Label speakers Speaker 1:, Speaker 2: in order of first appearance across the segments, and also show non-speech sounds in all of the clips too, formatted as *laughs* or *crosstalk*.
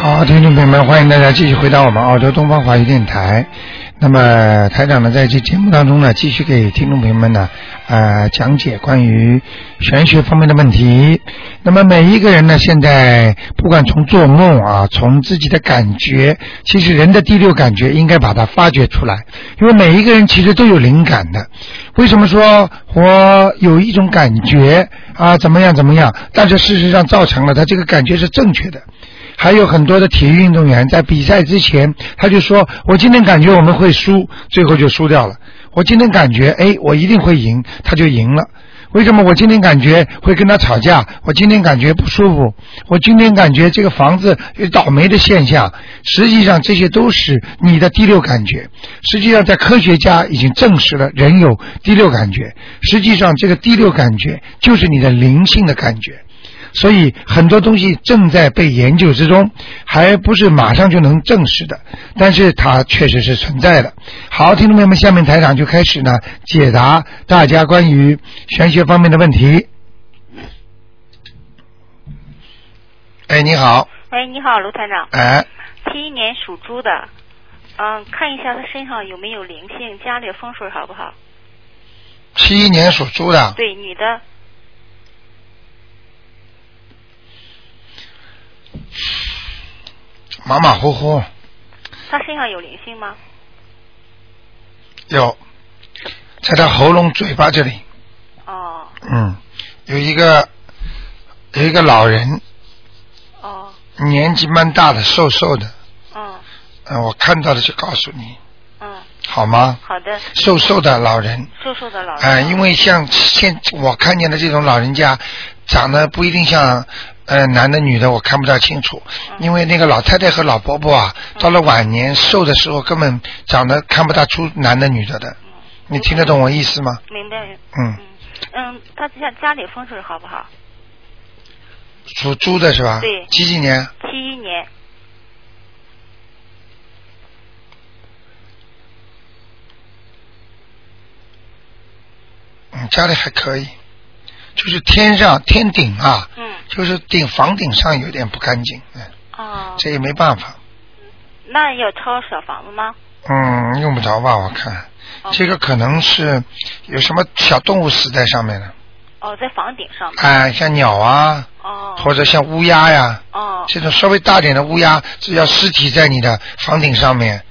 Speaker 1: 好，听众朋友们，欢迎大家继续回到我们澳洲东方华语电台。那么台长呢，在这节目当中呢，继续给听众朋友们呢，呃，讲解关于玄学方面的问题。那么每一个人呢，现在不管从做梦啊，从自己的感觉，其实人的第六感觉应该把它发掘出来，因为每一个人其实都有灵感的。为什么说我有一种感觉啊，怎么样怎么样？但是事实上造成了他这个感觉是正确的。还有很多的体育运动员在比赛之前，他就说：“我今天感觉我们会输，最后就输掉了。我今天感觉，哎，我一定会赢，他就赢了。为什么我今天感觉会跟他吵架？我今天感觉不舒服，我今天感觉这个房子有倒霉的现象。实际上，这些都是你的第六感觉。实际上，在科学家已经证实了，人有第六感觉。实际上，这个第六感觉就是你的灵性的感觉。”所以很多东西正在被研究之中，还不是马上就能证实的，但是它确实是存在的。好，听众朋友们，下面台长就开始呢解答大家关于玄学方面的问题。哎，你好，
Speaker 2: 喂，你好，卢团长，
Speaker 1: 哎，
Speaker 2: 七一年属猪的，嗯，看一下他身上有没有灵性，家里风水好不好？
Speaker 1: 七一年属猪的，
Speaker 2: 对，女的，
Speaker 1: 马马虎虎，
Speaker 2: 她身上有灵性吗？
Speaker 1: 有，在他喉咙、嘴巴这里，
Speaker 2: 哦
Speaker 1: 嗯，有一个有一个老人，
Speaker 2: 哦
Speaker 1: 年纪蛮大的，瘦瘦的，
Speaker 2: 嗯
Speaker 1: 嗯，我看到了就告诉你，
Speaker 2: 嗯，
Speaker 1: 好吗？
Speaker 2: 好的，
Speaker 1: 瘦瘦的老人，
Speaker 2: 瘦瘦的老
Speaker 1: 啊、
Speaker 2: 人，
Speaker 1: 因为像现我看见的这种老人家，长得不一定像，呃，男的女的我看不大清楚，
Speaker 2: 嗯
Speaker 1: 因为那个老太太和老伯伯啊，到了晚年瘦的时候根本长得看不大出男的女的的，你听得懂我意思吗？
Speaker 2: 明白，
Speaker 1: 嗯，
Speaker 2: 嗯嗯，她家家里风水好不好？
Speaker 1: 属猪的是吧？
Speaker 2: 对
Speaker 1: 几几年？
Speaker 2: 七一年，
Speaker 1: 嗯，家里还可以，就是天上天顶啊，
Speaker 2: 嗯
Speaker 1: 就是顶房顶上有点不干净，嗯，
Speaker 2: 哦，
Speaker 1: 这也没办法。
Speaker 2: 那要抄小房子吗？
Speaker 1: 嗯，用不着吧？我看
Speaker 2: 哦
Speaker 1: 这个可能是有什么小动物死在上面了，
Speaker 2: 哦，在房顶上吗？
Speaker 1: 哎，像鸟啊，
Speaker 2: 哦
Speaker 1: 或者像乌鸦呀，
Speaker 2: 哦
Speaker 1: 这种稍微大点的乌鸦，只要尸体在你的房顶上面，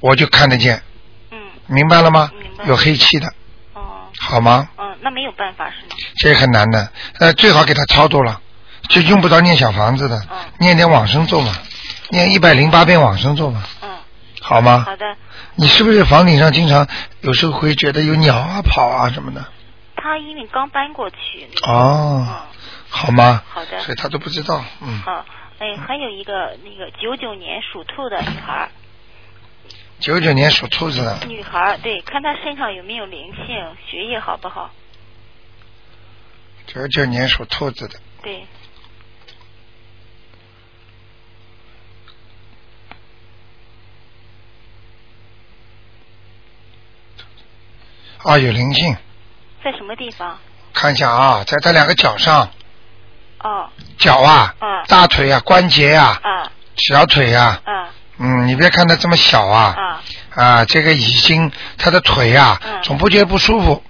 Speaker 1: 我就看得见，
Speaker 2: 嗯
Speaker 1: 明白了吗
Speaker 2: 明？白
Speaker 1: 啊有黑气的，
Speaker 2: 哦
Speaker 1: 好吗？
Speaker 2: 嗯，那没有办法是吗？
Speaker 1: 这也很难的，呃，最好给他超度了，就用不着念小房子的，
Speaker 2: 嗯
Speaker 1: 念点往生咒嘛，念一百零八遍往生咒嘛，
Speaker 2: 嗯，
Speaker 1: 好吗？
Speaker 2: 好的。
Speaker 1: 你是不是房顶上经常有时候会觉得有鸟啊跑啊什么的？
Speaker 2: 他因为刚搬过去。嗯，
Speaker 1: 哦，好吗？
Speaker 2: 好的。
Speaker 1: 所以他都不知道，嗯，
Speaker 2: 啊，哎，还有一个那个九九年属兔的女孩儿，
Speaker 1: 九九年属兔子的，
Speaker 2: 女孩儿对，看她身上有没有灵性，学业好不好？
Speaker 1: 九九年属兔子的，
Speaker 2: 对，
Speaker 1: 啊，有灵性，
Speaker 2: 在什么地方？
Speaker 1: 看一下啊，在他两个脚上，
Speaker 2: 哦，
Speaker 1: 脚啊，
Speaker 2: 啊
Speaker 1: 大腿啊，关节啊，
Speaker 2: 啊
Speaker 1: 小腿啊，
Speaker 2: 啊
Speaker 1: 嗯，你别看他这么小啊，
Speaker 2: 啊，
Speaker 1: 啊，这个已经他的腿啊，
Speaker 2: 嗯
Speaker 1: 总不觉得不舒服，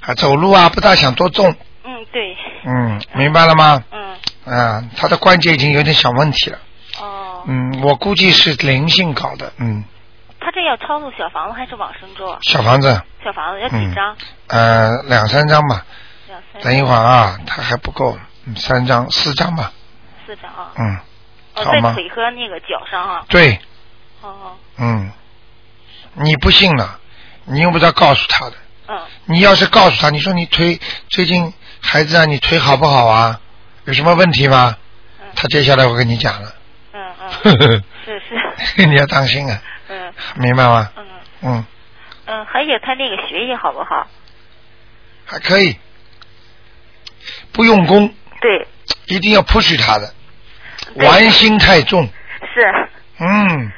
Speaker 1: 啊，走路啊不大想多动，
Speaker 2: 嗯，对，
Speaker 1: 嗯，明白了吗？
Speaker 2: 嗯，
Speaker 1: 啊，他的关节已经有点小问题了，
Speaker 2: 哦，
Speaker 1: 嗯，我估计是灵性搞的，嗯，
Speaker 2: 她这要超度小房子还是往生咒啊？
Speaker 1: 小房子。
Speaker 2: 小房子要
Speaker 1: 嗯
Speaker 2: 几张？
Speaker 1: 呃，两三张吧。
Speaker 2: 两三
Speaker 1: 等一会儿啊，它还不够，嗯三张、四张吧。
Speaker 2: 四张啊？
Speaker 1: 嗯，好
Speaker 2: 哦，在
Speaker 1: 吗
Speaker 2: 腿和那个脚上啊。
Speaker 1: 对，
Speaker 2: 哦，
Speaker 1: 嗯，你不信了，你用不着告诉他的。
Speaker 2: 嗯，
Speaker 1: 你要是告诉他，你说你腿最近孩子啊，你腿好不好啊？有什么问题吗？
Speaker 2: 嗯
Speaker 1: 他接下来会跟你讲了， *laughs*
Speaker 2: 嗯嗯，
Speaker 1: 呵 *laughs* 呵，
Speaker 2: 是是，
Speaker 1: 你要当心啊，
Speaker 2: 嗯
Speaker 1: 明白吗？
Speaker 2: 嗯
Speaker 1: 嗯，
Speaker 2: 嗯，还有她那个学业好不好？
Speaker 1: 还可以，不用功，
Speaker 2: 对，
Speaker 1: 一定要 push 他的，
Speaker 2: 对
Speaker 1: 玩心太重，
Speaker 2: 是。
Speaker 1: 嗯。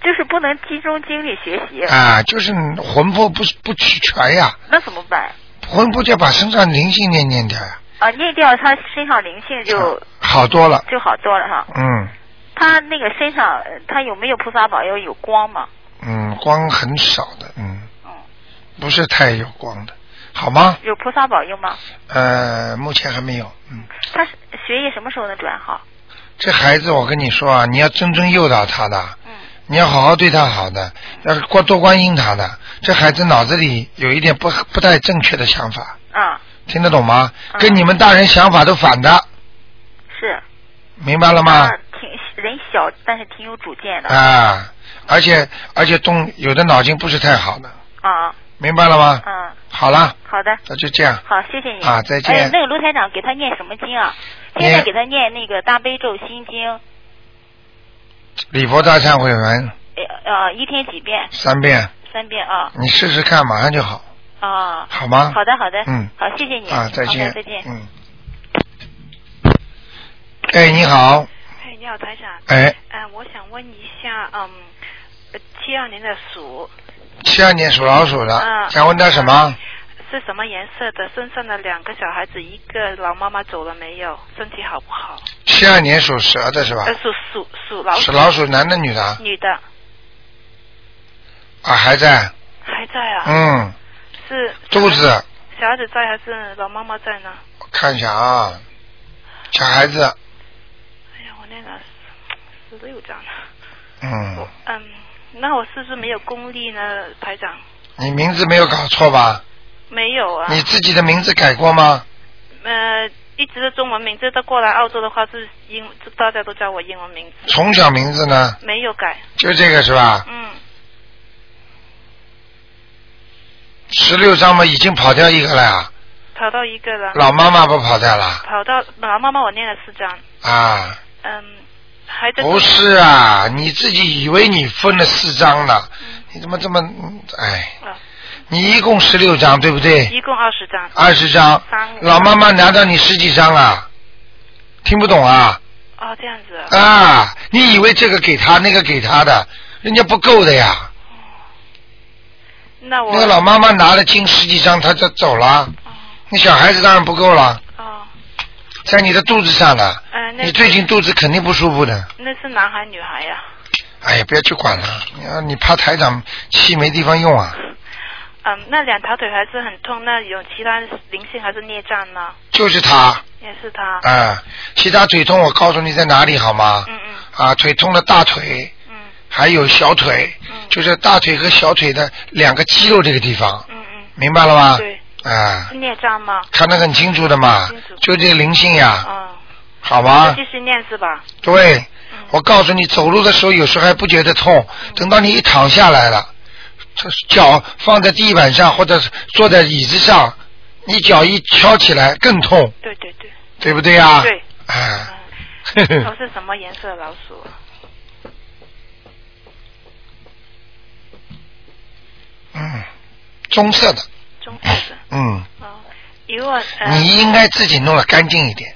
Speaker 2: 就是不能集中精力学习，
Speaker 1: 啊，就是魂魄不不齐全呀、
Speaker 2: 那怎么办？
Speaker 1: 魂魄就把身上灵性念念掉呀、
Speaker 2: 啊，念掉他身上灵性就
Speaker 1: 好多了，
Speaker 2: 就好多了哈。
Speaker 1: 嗯，
Speaker 2: 他那个身上呃他有没有菩萨保佑有光吗？
Speaker 1: 嗯，光很少的，嗯，
Speaker 2: 嗯，
Speaker 1: 不是太有光的，好吗？
Speaker 2: 有菩萨保佑吗？
Speaker 1: 呃，目前还没有，嗯，
Speaker 2: 他是学业什么时候能转好？
Speaker 1: 这孩子我跟你说啊，你要真正诱导他的，
Speaker 2: 嗯
Speaker 1: 你要好好对他好的，要过多关心他的。这孩子脑子里有一点不不太正确的想法，
Speaker 2: 啊，
Speaker 1: 听得懂吗？
Speaker 2: 嗯
Speaker 1: 跟你们大人想法都反的，
Speaker 2: 是。
Speaker 1: 明白了吗
Speaker 2: 他？挺人小，但是挺有主见的。
Speaker 1: 啊，而且而且动有的脑筋不是太好的，
Speaker 2: 啊
Speaker 1: 明白了吗？
Speaker 2: 嗯，
Speaker 1: 好了，
Speaker 2: 好的，
Speaker 1: 那就这样。
Speaker 2: 好，谢谢你
Speaker 1: 啊再见
Speaker 2: 哎，那个卢台长给他念什么经啊？
Speaker 1: 念
Speaker 2: 现在给他念那个大悲咒心经，
Speaker 1: 礼佛大忏悔文
Speaker 2: 呃呃，一天几遍？
Speaker 1: 三遍，
Speaker 2: 三遍啊
Speaker 1: 你试试看，马上就好，
Speaker 2: 啊。
Speaker 1: 好吗？
Speaker 2: 好的，好的，
Speaker 1: 嗯
Speaker 2: 好，谢谢你
Speaker 1: 啊，再见，
Speaker 2: 好再见。
Speaker 1: 嗯。哎，你好，
Speaker 3: 哎，你好，台长。
Speaker 1: 哎，
Speaker 3: 嗯、我想问一下，嗯，七二年的鼠
Speaker 1: 七二年属老鼠的，
Speaker 2: 啊
Speaker 3: 嗯
Speaker 1: 想问他什么？
Speaker 3: 是什么颜色的？身上的两个小孩子，一个老妈妈走了没有？身体好不好？
Speaker 1: 七二年属蛇的是吧
Speaker 3: 呃，？属鼠属老
Speaker 1: 属
Speaker 3: 鼠，
Speaker 1: 啊老鼠，男的女的？
Speaker 2: 嗯
Speaker 3: 女的
Speaker 1: 啊，还在。
Speaker 3: 还在啊？
Speaker 1: 嗯，
Speaker 3: 是
Speaker 1: 肚子，
Speaker 3: 小孩子在还是老妈妈在呢？
Speaker 1: 我看一下啊，小孩子，
Speaker 3: 哎呀，我念了十六张了。
Speaker 1: 嗯，
Speaker 3: 嗯，那我是不是没有功力呢，台长？
Speaker 1: 你名字没有搞错吧？
Speaker 3: 没有啊。
Speaker 1: 你自己的名字改过吗？
Speaker 3: 呃，一直的中文名字，到过来澳洲的话是英，大家都叫我英文名字，
Speaker 1: 从小名字呢？
Speaker 3: 没有改。
Speaker 1: 就这个是吧？
Speaker 3: 嗯，
Speaker 1: 十六章嘛，已经跑掉一个了呀。
Speaker 3: 跑到一个了，
Speaker 1: 老妈妈不跑掉了
Speaker 3: 跑到老妈妈我念了四张，
Speaker 1: 啊？
Speaker 3: 嗯，还在
Speaker 1: 不是啊，你自己以为你分了四章了，你怎么这么嗯哎？
Speaker 3: 啊，
Speaker 1: 你一共十六章对不对？
Speaker 3: 一共二十张，
Speaker 1: 二十章，
Speaker 3: 三
Speaker 1: 老妈妈拿到你十几张了，听不懂啊？
Speaker 3: 哦这样子啊，
Speaker 1: 啊，你以为这个给他，那个给他的，人家不够的呀。
Speaker 3: 那我
Speaker 1: 那个老妈妈拿了近十几张，她就走
Speaker 3: 嗯
Speaker 1: 了，那小孩子当然不够了，
Speaker 3: 哦，
Speaker 1: 在你的肚子上呢。
Speaker 3: 嗯，那
Speaker 1: 你最近肚子肯定不舒服的。
Speaker 3: 那是男孩女孩呀、
Speaker 1: 哎呀，不要去管了，你要你怕台长气没地方用啊。
Speaker 3: 嗯，那两条腿还是很痛，那有其他灵性还是孽障呢？
Speaker 1: 就是他，
Speaker 3: 也是他，
Speaker 1: 啊，其他腿痛我告诉你在哪里好吗？
Speaker 3: 嗯嗯
Speaker 1: 啊，腿痛的大腿，
Speaker 3: 嗯
Speaker 1: 还有小腿，
Speaker 3: 嗯
Speaker 1: 就是大腿和小腿的两个肌肉这个地方，
Speaker 3: 嗯嗯，
Speaker 1: 明白了吗？
Speaker 3: 对，
Speaker 1: 啊
Speaker 3: 是，孽障吗？
Speaker 1: 看得很清楚的嘛
Speaker 3: 清楚，
Speaker 1: 就这个灵性呀，
Speaker 3: 嗯，
Speaker 1: 好
Speaker 3: 那
Speaker 1: 吧？
Speaker 3: 继续念是吧？
Speaker 1: 对，
Speaker 3: 嗯
Speaker 1: 我告诉你，走路的时候有时候还不觉得痛，等到你一躺下来了，这脚放在地板上或者是坐在椅子上，你脚一翘起来更痛，
Speaker 3: 对对对，
Speaker 1: 对不对呀？
Speaker 3: 对。
Speaker 1: 啊，
Speaker 3: 嗯，
Speaker 1: *laughs* 呵
Speaker 3: 我
Speaker 1: 呵
Speaker 3: 是什么颜色的老鼠？
Speaker 1: 嗯，棕色的，
Speaker 3: 棕色的。
Speaker 1: 嗯，
Speaker 3: 哦，如果呃
Speaker 1: 你应该自己弄得干净一点，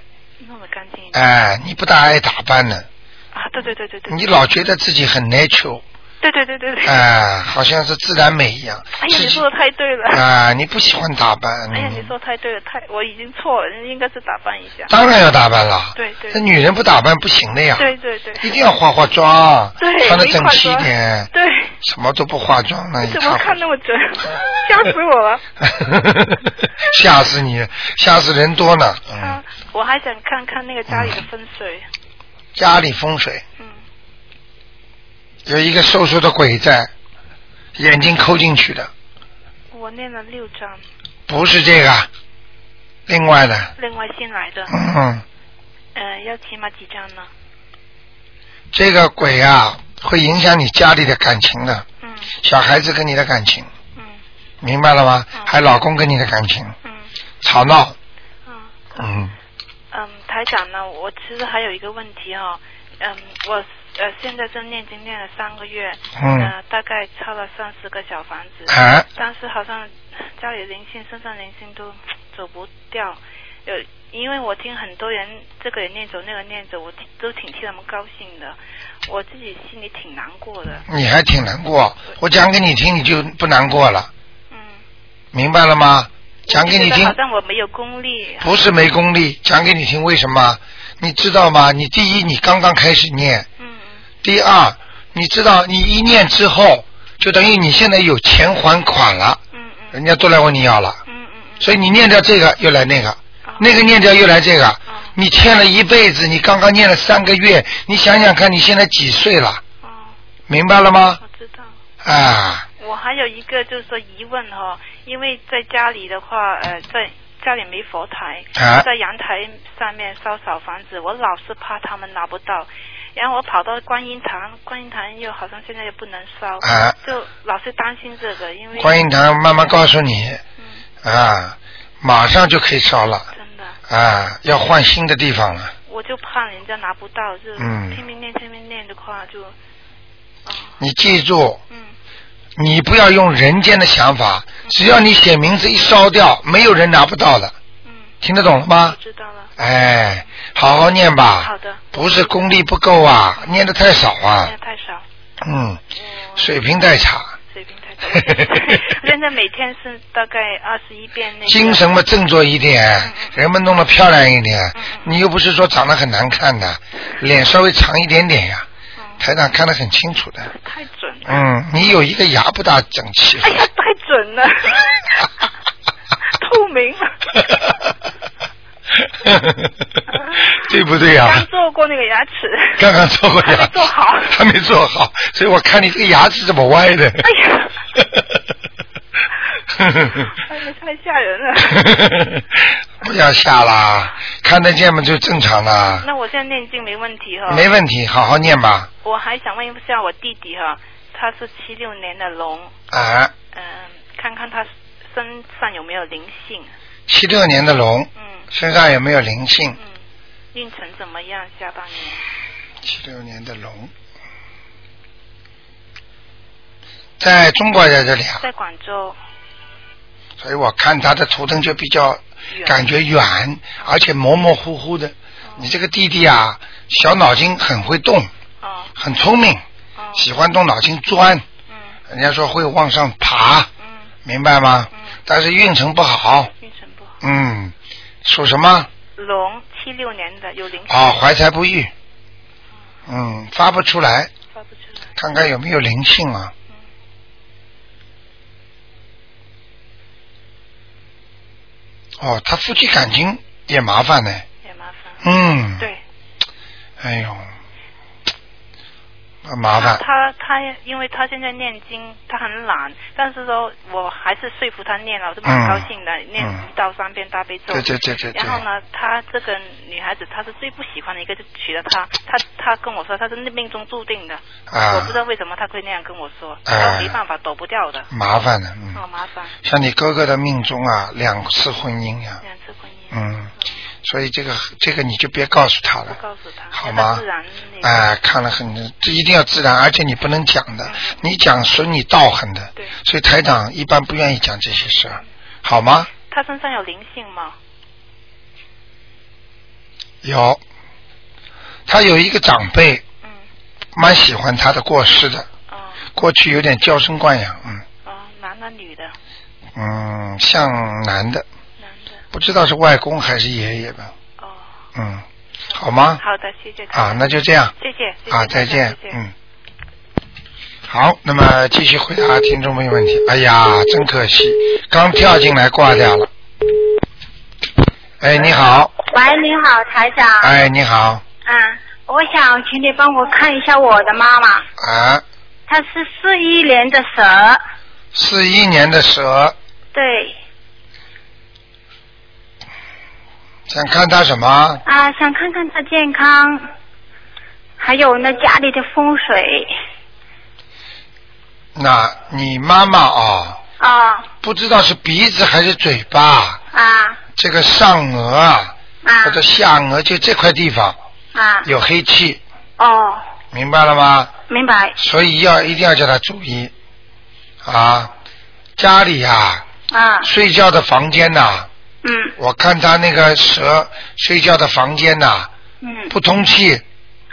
Speaker 3: 弄得干净一点。
Speaker 1: 哎，你不大爱打扮呢，
Speaker 3: 啊，对对对对对，
Speaker 1: 你老觉得自己很 natural，
Speaker 3: 对对对对对，
Speaker 1: 哎，好像是自然美一样，
Speaker 3: 哎呀，
Speaker 1: 自
Speaker 3: 你
Speaker 1: 己
Speaker 3: 说的太对了，
Speaker 1: 啊，你不喜欢打扮，嗯
Speaker 3: 哎呀，你说得太对了，太我已经错了，应该是打扮一下，
Speaker 1: 当然要打扮了，
Speaker 3: 对对
Speaker 1: 那女人不打扮不行的呀，
Speaker 3: 对对对
Speaker 1: 一定要化化妆，
Speaker 3: 对，
Speaker 1: 穿的
Speaker 3: 没
Speaker 1: 整
Speaker 3: 化
Speaker 1: 齐一
Speaker 3: 妆
Speaker 1: 点，
Speaker 3: 对，
Speaker 1: 什么都不化妆那一
Speaker 3: 你怎
Speaker 1: 塌
Speaker 3: 么
Speaker 1: 糊
Speaker 3: 看
Speaker 1: 涂。
Speaker 3: 那么准，吓死我了。
Speaker 1: *laughs* 吓死你，吓死人多呢。嗯
Speaker 3: 啊，，我还想看看那个家里的风水，
Speaker 1: 家里风水
Speaker 3: 嗯，
Speaker 1: 有一个瘦瘦的鬼在，眼睛抠进去的，
Speaker 3: 我念了六张，
Speaker 1: 不是这个，另外的。
Speaker 3: 另外新来的，
Speaker 1: 嗯，
Speaker 3: 呃，要起码几张呢？
Speaker 1: 这个鬼啊，会影响你家里的感情的，
Speaker 3: 嗯
Speaker 1: 小孩子跟你的感情，
Speaker 3: 嗯
Speaker 1: 明白了吗？
Speaker 3: 嗯
Speaker 1: 还老公跟你的感情，
Speaker 3: 嗯
Speaker 1: 吵闹。
Speaker 3: 嗯。
Speaker 1: 嗯，
Speaker 3: 嗯，台长呢，我其实还有一个问题哦，嗯，我呃现在正念经念了三个月，
Speaker 1: 嗯
Speaker 3: 呃，大概抄了三十个小房子，
Speaker 1: 哎，
Speaker 3: 但是好像家里灵性、身上灵性都走不掉，有因为我听很多人这个也念走，那个念走，我挺都挺替他们高兴的，我自己心里挺难过的，
Speaker 1: 你还挺难过，我讲给你听，你就不难过了，
Speaker 3: 嗯，
Speaker 1: 明白了吗？讲给
Speaker 3: 觉
Speaker 1: 你
Speaker 3: 得
Speaker 1: 听
Speaker 3: 好，像我没有功力，
Speaker 1: 不是没功力，讲给你听为什么？你知道吗？你第一，你刚刚开始念，
Speaker 3: 嗯
Speaker 1: 第二，你知道你一念之后，就等于你现在有钱还款了，
Speaker 3: 嗯嗯
Speaker 1: 人家都来问你要了，
Speaker 3: 嗯嗯嗯，
Speaker 1: 所以你念掉这个又来那个，
Speaker 3: 哦
Speaker 1: 那个念掉又来这个
Speaker 3: 嗯，
Speaker 1: 你欠了一辈子，你刚刚念了三个月，你想想看你现在几岁了，
Speaker 3: 哦，
Speaker 1: 明白了吗？
Speaker 3: 我知道。
Speaker 1: 啊，
Speaker 3: 我还有一个就是说疑问哈、因为在家里的话，呃，在家里没佛台，
Speaker 1: 啊
Speaker 3: 在阳台上面烧小房子，我老是怕他们拿不到，然后我跑到观音堂，观音堂又好像现在又不能烧，
Speaker 1: 啊
Speaker 3: 就老是担心这个，因为
Speaker 1: 观音堂慢慢告诉你
Speaker 3: 嗯，
Speaker 1: 啊，马上就可以烧了
Speaker 3: 真的，
Speaker 1: 啊，要换新的地方了。
Speaker 3: 我就怕人家拿不到，就
Speaker 1: 嗯
Speaker 3: 拼命念拼命念的话就，啊，
Speaker 1: 你记住，
Speaker 3: 嗯
Speaker 1: 你不要用人间的想法，只要你写名字一烧掉，没有人拿不到的，
Speaker 3: 嗯，
Speaker 1: 听得懂了
Speaker 3: 我
Speaker 1: 吗？
Speaker 3: 知道了，
Speaker 1: 哎，好好念吧
Speaker 3: 好，的，
Speaker 1: 不是功力不够啊，念的太少啊
Speaker 3: 念，太少，
Speaker 1: 嗯，
Speaker 3: 我
Speaker 1: 水平太差，
Speaker 3: 水平太高。 *laughs* 我现在每天是大概二十一遍那个。
Speaker 1: 精神嘛振作一点
Speaker 3: 嗯，嗯
Speaker 1: 人们弄得漂亮一点
Speaker 3: 嗯，嗯
Speaker 1: 你又不是说长得很难看的，脸稍微长一点点呀、
Speaker 3: 嗯
Speaker 1: 台长看得很清楚的，
Speaker 3: 太准了。
Speaker 1: 嗯，你有一个牙不大整齐，
Speaker 3: 哎呀， *laughs* 太
Speaker 1: *laughs*
Speaker 3: 准了，透明啊了。
Speaker 1: 对不对呀、
Speaker 3: 刚做过那个
Speaker 1: *laughs*
Speaker 3: 牙齿。
Speaker 1: 刚刚做过牙，
Speaker 3: 啊还没
Speaker 1: *laughs*
Speaker 3: 做好
Speaker 1: 还没做好，所以我看你这个牙齿怎么歪的。
Speaker 3: 哎呀哎呀，太吓人了。
Speaker 1: *laughs* 不要吓啦，看得见嘛就正常啦，
Speaker 3: 那我现在念经没问题哈、
Speaker 1: 没问题，好好念吧。
Speaker 3: 我还想问一下我弟弟哈、他是七六年的龙，
Speaker 1: 啊，
Speaker 3: 嗯、看看他身上有没有灵性。
Speaker 1: 七六年的龙
Speaker 3: 嗯
Speaker 1: 身上有没有灵性
Speaker 3: 嗯？，运程怎么样？下半年？
Speaker 1: 七六年的龙，在中国在这里啊，
Speaker 3: 在广州。
Speaker 1: 所以我看他的图腾就比较
Speaker 3: 远哦
Speaker 1: 感觉远，而且模模糊糊的。你这个弟弟啊，小脑筋很会动，
Speaker 3: 哦
Speaker 1: 很聪明，
Speaker 3: 哦
Speaker 1: 喜欢动脑筋钻，
Speaker 3: 嗯
Speaker 1: 人家说会往上爬，
Speaker 3: 嗯
Speaker 1: 明白吗？
Speaker 3: 嗯，
Speaker 1: 但是运程不好，
Speaker 3: 运程不好。
Speaker 1: 嗯，属什么？
Speaker 3: 龙七六年的有灵性
Speaker 1: 啊，怀才不遇，嗯，发不出来，
Speaker 3: 发不出来。
Speaker 1: 看看有没有灵性啊。
Speaker 3: 嗯
Speaker 1: 哦，他夫妻感情也麻烦呢，
Speaker 3: 也麻烦。
Speaker 1: 嗯，，
Speaker 3: 对，
Speaker 1: 哎呦，啊麻烦，
Speaker 3: 他他，因为他现在念经，他很懒，但是说我还是说服他念了，我就蛮
Speaker 1: 嗯
Speaker 3: 高兴的，念
Speaker 1: 嗯
Speaker 3: 一到三遍大悲咒。
Speaker 1: 对对对对对
Speaker 3: 然，后呢，他这个女孩子，她是最不喜欢的一个，就娶了她。她她跟我说，她是命中注定的。我
Speaker 1: 啊
Speaker 3: 不知，道为什么她会那样跟我说，
Speaker 1: 啊
Speaker 3: 但没办法，躲不掉的。
Speaker 1: 麻烦的，嗯，
Speaker 3: 好麻烦，
Speaker 1: 像你哥哥的命中啊，两次婚姻呀、
Speaker 3: 两次婚姻。
Speaker 1: 嗯，所以这个这个你就别告诉他
Speaker 3: 不
Speaker 1: 了。
Speaker 3: 告诉她，
Speaker 1: 好
Speaker 3: 让
Speaker 1: 吗
Speaker 3: 她自然那个。
Speaker 1: 哎，看了很，这一定要自然，而且你不能讲的，你讲损你道行的。
Speaker 3: 对
Speaker 1: 所以台长一般不愿意讲这些事儿，好吗？
Speaker 3: 她身上有灵性吗？
Speaker 1: 有，他有一个长辈
Speaker 3: 嗯，
Speaker 1: 蛮喜欢他的过世的，
Speaker 3: 哦
Speaker 1: 过去有点娇生惯养，嗯
Speaker 3: 哦，男的女的，
Speaker 1: 嗯，像男的，
Speaker 3: 男的。
Speaker 1: 不知道是外公还是爷爷吧，
Speaker 3: 哦，
Speaker 1: 嗯，好吗？
Speaker 3: 好的，谢谢。
Speaker 1: 啊，那就这样。
Speaker 3: 谢谢，谢谢
Speaker 1: 啊，再见，
Speaker 3: 谢谢
Speaker 1: 嗯。好，那么继续回答听众朋友问题。哎呀，真可惜，刚跳进来挂掉了。哎，你好，
Speaker 4: 喂，你好，台长。
Speaker 1: 哎，你好，
Speaker 4: 嗯，我想请你帮我看一下我的妈妈，
Speaker 1: 啊，
Speaker 4: 她是四一年的蛇，
Speaker 1: 四一年的蛇，
Speaker 4: 对，
Speaker 1: 想看他什么？
Speaker 4: 啊、想看看她健康，还有呢家里的风水
Speaker 1: 那你妈妈啊、
Speaker 5: 哦
Speaker 4: 啊
Speaker 1: 不知道是鼻子还是嘴巴，
Speaker 4: 啊
Speaker 1: 这个上颚啊
Speaker 4: 啊
Speaker 1: 或者下颚就这块地方
Speaker 4: 啊
Speaker 1: 有黑气，
Speaker 4: 哦，
Speaker 1: 明白了吗？
Speaker 4: 明白
Speaker 1: 所以要一定要叫他注意啊！家里啊，
Speaker 4: 啊
Speaker 1: 睡觉的房间呐、
Speaker 4: 嗯
Speaker 1: 我看他那个蛇睡觉的房间呐、
Speaker 4: 嗯
Speaker 1: 不通气，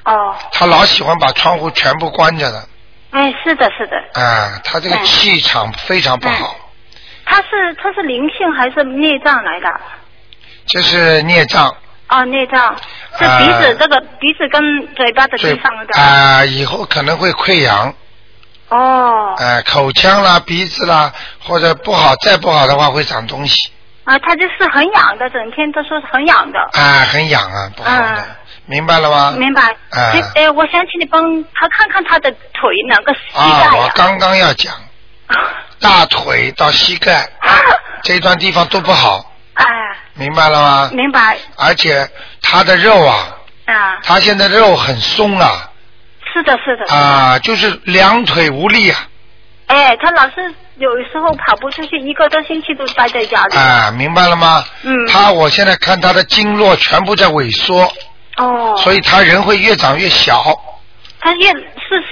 Speaker 4: 哦，
Speaker 1: 他老喜欢把窗户全部关着的
Speaker 4: 哎是的是的，
Speaker 1: 啊，他这个
Speaker 4: 嗯
Speaker 1: 气场非常不好，
Speaker 4: 她是她是灵性还是孽障来的？
Speaker 1: 这是孽障，
Speaker 5: 哦，内脏是
Speaker 1: 啊
Speaker 5: 鼻子这个鼻子跟嘴巴的地
Speaker 1: 最
Speaker 5: 方的。
Speaker 1: 啊、以后可能会溃疡，
Speaker 5: 哦，
Speaker 1: 呃，口腔啦、鼻子啦，或者不好，再不好的话会长东西，
Speaker 5: 啊，他就是很痒的，整天都说是很痒的。
Speaker 1: 啊、很痒啊，不好的，
Speaker 5: 嗯
Speaker 1: 明白了吗？
Speaker 5: 明白。
Speaker 1: 啊
Speaker 5: 哎、哎，我想请你帮他看看他的腿哪个膝
Speaker 1: 啊，
Speaker 5: 盖
Speaker 1: 我
Speaker 5: 呀、
Speaker 1: 刚刚要讲，大腿到膝盖
Speaker 5: *laughs*
Speaker 1: 这段地方都不好，
Speaker 5: 哎，
Speaker 1: 明白了吗？
Speaker 5: 明白
Speaker 1: 而且他的肉啊，
Speaker 5: 啊，
Speaker 1: 他现在肉很松啊，
Speaker 5: 是的，是的。
Speaker 1: 啊、就是两腿无力啊，
Speaker 5: 哎，他老是有时候跑不出去，一个多星期都待在家里。
Speaker 1: 啊、明白了吗？
Speaker 5: 嗯
Speaker 1: 他我现在看他的经络全部在萎缩，
Speaker 5: 哦，
Speaker 1: 所以他人会越长越小。
Speaker 5: 他越是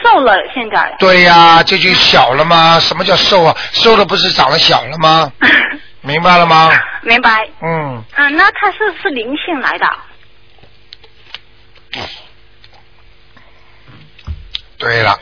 Speaker 5: 瘦了，现在。
Speaker 1: 对呀、这就小了吗？什么叫瘦啊？瘦了不是长得小了吗？
Speaker 5: *laughs*
Speaker 1: 明白了吗？
Speaker 5: 明白。
Speaker 1: 嗯，
Speaker 5: 嗯，那他是是灵性来的。
Speaker 1: 对了，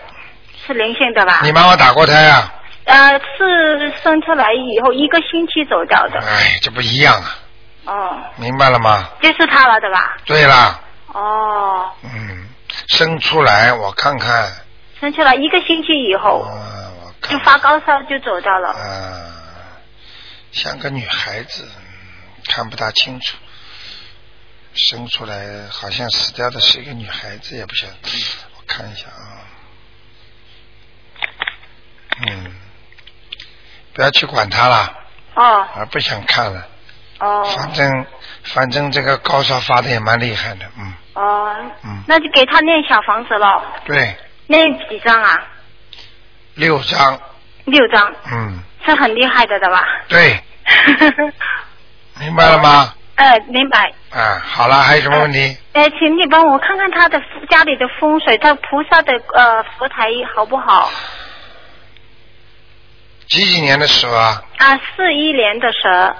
Speaker 5: 是灵性的吧？
Speaker 1: 你妈妈打过胎啊？
Speaker 5: 呃，是生出来以后一个星期走掉的。
Speaker 1: 哎，这不一样啊，
Speaker 5: 哦，
Speaker 1: 明白了吗？
Speaker 5: 就是他了的吧？
Speaker 1: 对啦，
Speaker 5: 哦，
Speaker 1: 嗯，生出来我看看，
Speaker 5: 生出来一个星期以
Speaker 1: 嗯、
Speaker 5: 后
Speaker 1: 我
Speaker 5: 就
Speaker 1: 看
Speaker 5: 发高烧就走掉了。
Speaker 1: 啊，像个女孩子，嗯看不大清楚，生出来好像死掉的是一个女孩子，也不晓得。我看一下啊，嗯，不要去管她了，
Speaker 5: 哦
Speaker 1: 啊，不想看了，
Speaker 5: 哦
Speaker 1: 反正反正这个高烧发的也蛮厉害的，嗯
Speaker 5: 哦，
Speaker 1: 嗯，
Speaker 5: 那就给他念小房子了，
Speaker 1: 对，
Speaker 5: 念几张啊？
Speaker 1: 六张，
Speaker 5: 六张，
Speaker 1: 嗯，
Speaker 5: 是很厉害的的吧？ *laughs*
Speaker 1: 对，明白了吗？
Speaker 5: 哎，明白。
Speaker 1: 啊，好了，还有什么问题？
Speaker 5: 哎，请你帮我看看他的家里的风水，他菩萨的呃佛台好不好？
Speaker 1: 几几年的时候啊？
Speaker 5: 啊，四一年的蛇，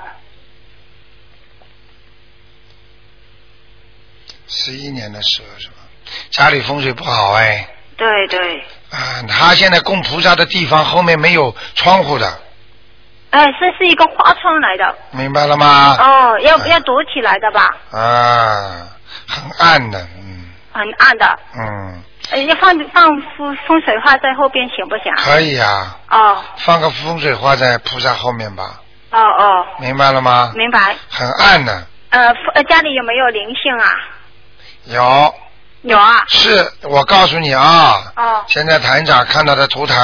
Speaker 1: 十一年的时候是吧？家里风水不好哎，
Speaker 5: 对对，
Speaker 1: 啊，他现在供菩萨的地方后面没有窗户的，
Speaker 5: 哎，这是一个花窗来的，
Speaker 1: 明白了吗？
Speaker 5: 哦，要
Speaker 1: 嗯
Speaker 5: 要躲起来的吧，
Speaker 1: 啊，很暗的，嗯
Speaker 5: 很暗的，
Speaker 1: 嗯，
Speaker 5: 呃，要放放风风水画在后边行不行？
Speaker 1: 可以啊，
Speaker 5: 哦
Speaker 1: 放个风水画在菩萨后面吧，
Speaker 5: 哦哦，
Speaker 1: 明白了吗？
Speaker 5: 明白。
Speaker 1: 很暗的，
Speaker 5: 呃，父呃家里有没有灵性啊？
Speaker 1: 有
Speaker 5: 有啊。
Speaker 1: 是我告诉你啊，
Speaker 5: 哦
Speaker 1: 现在台长看到的图腾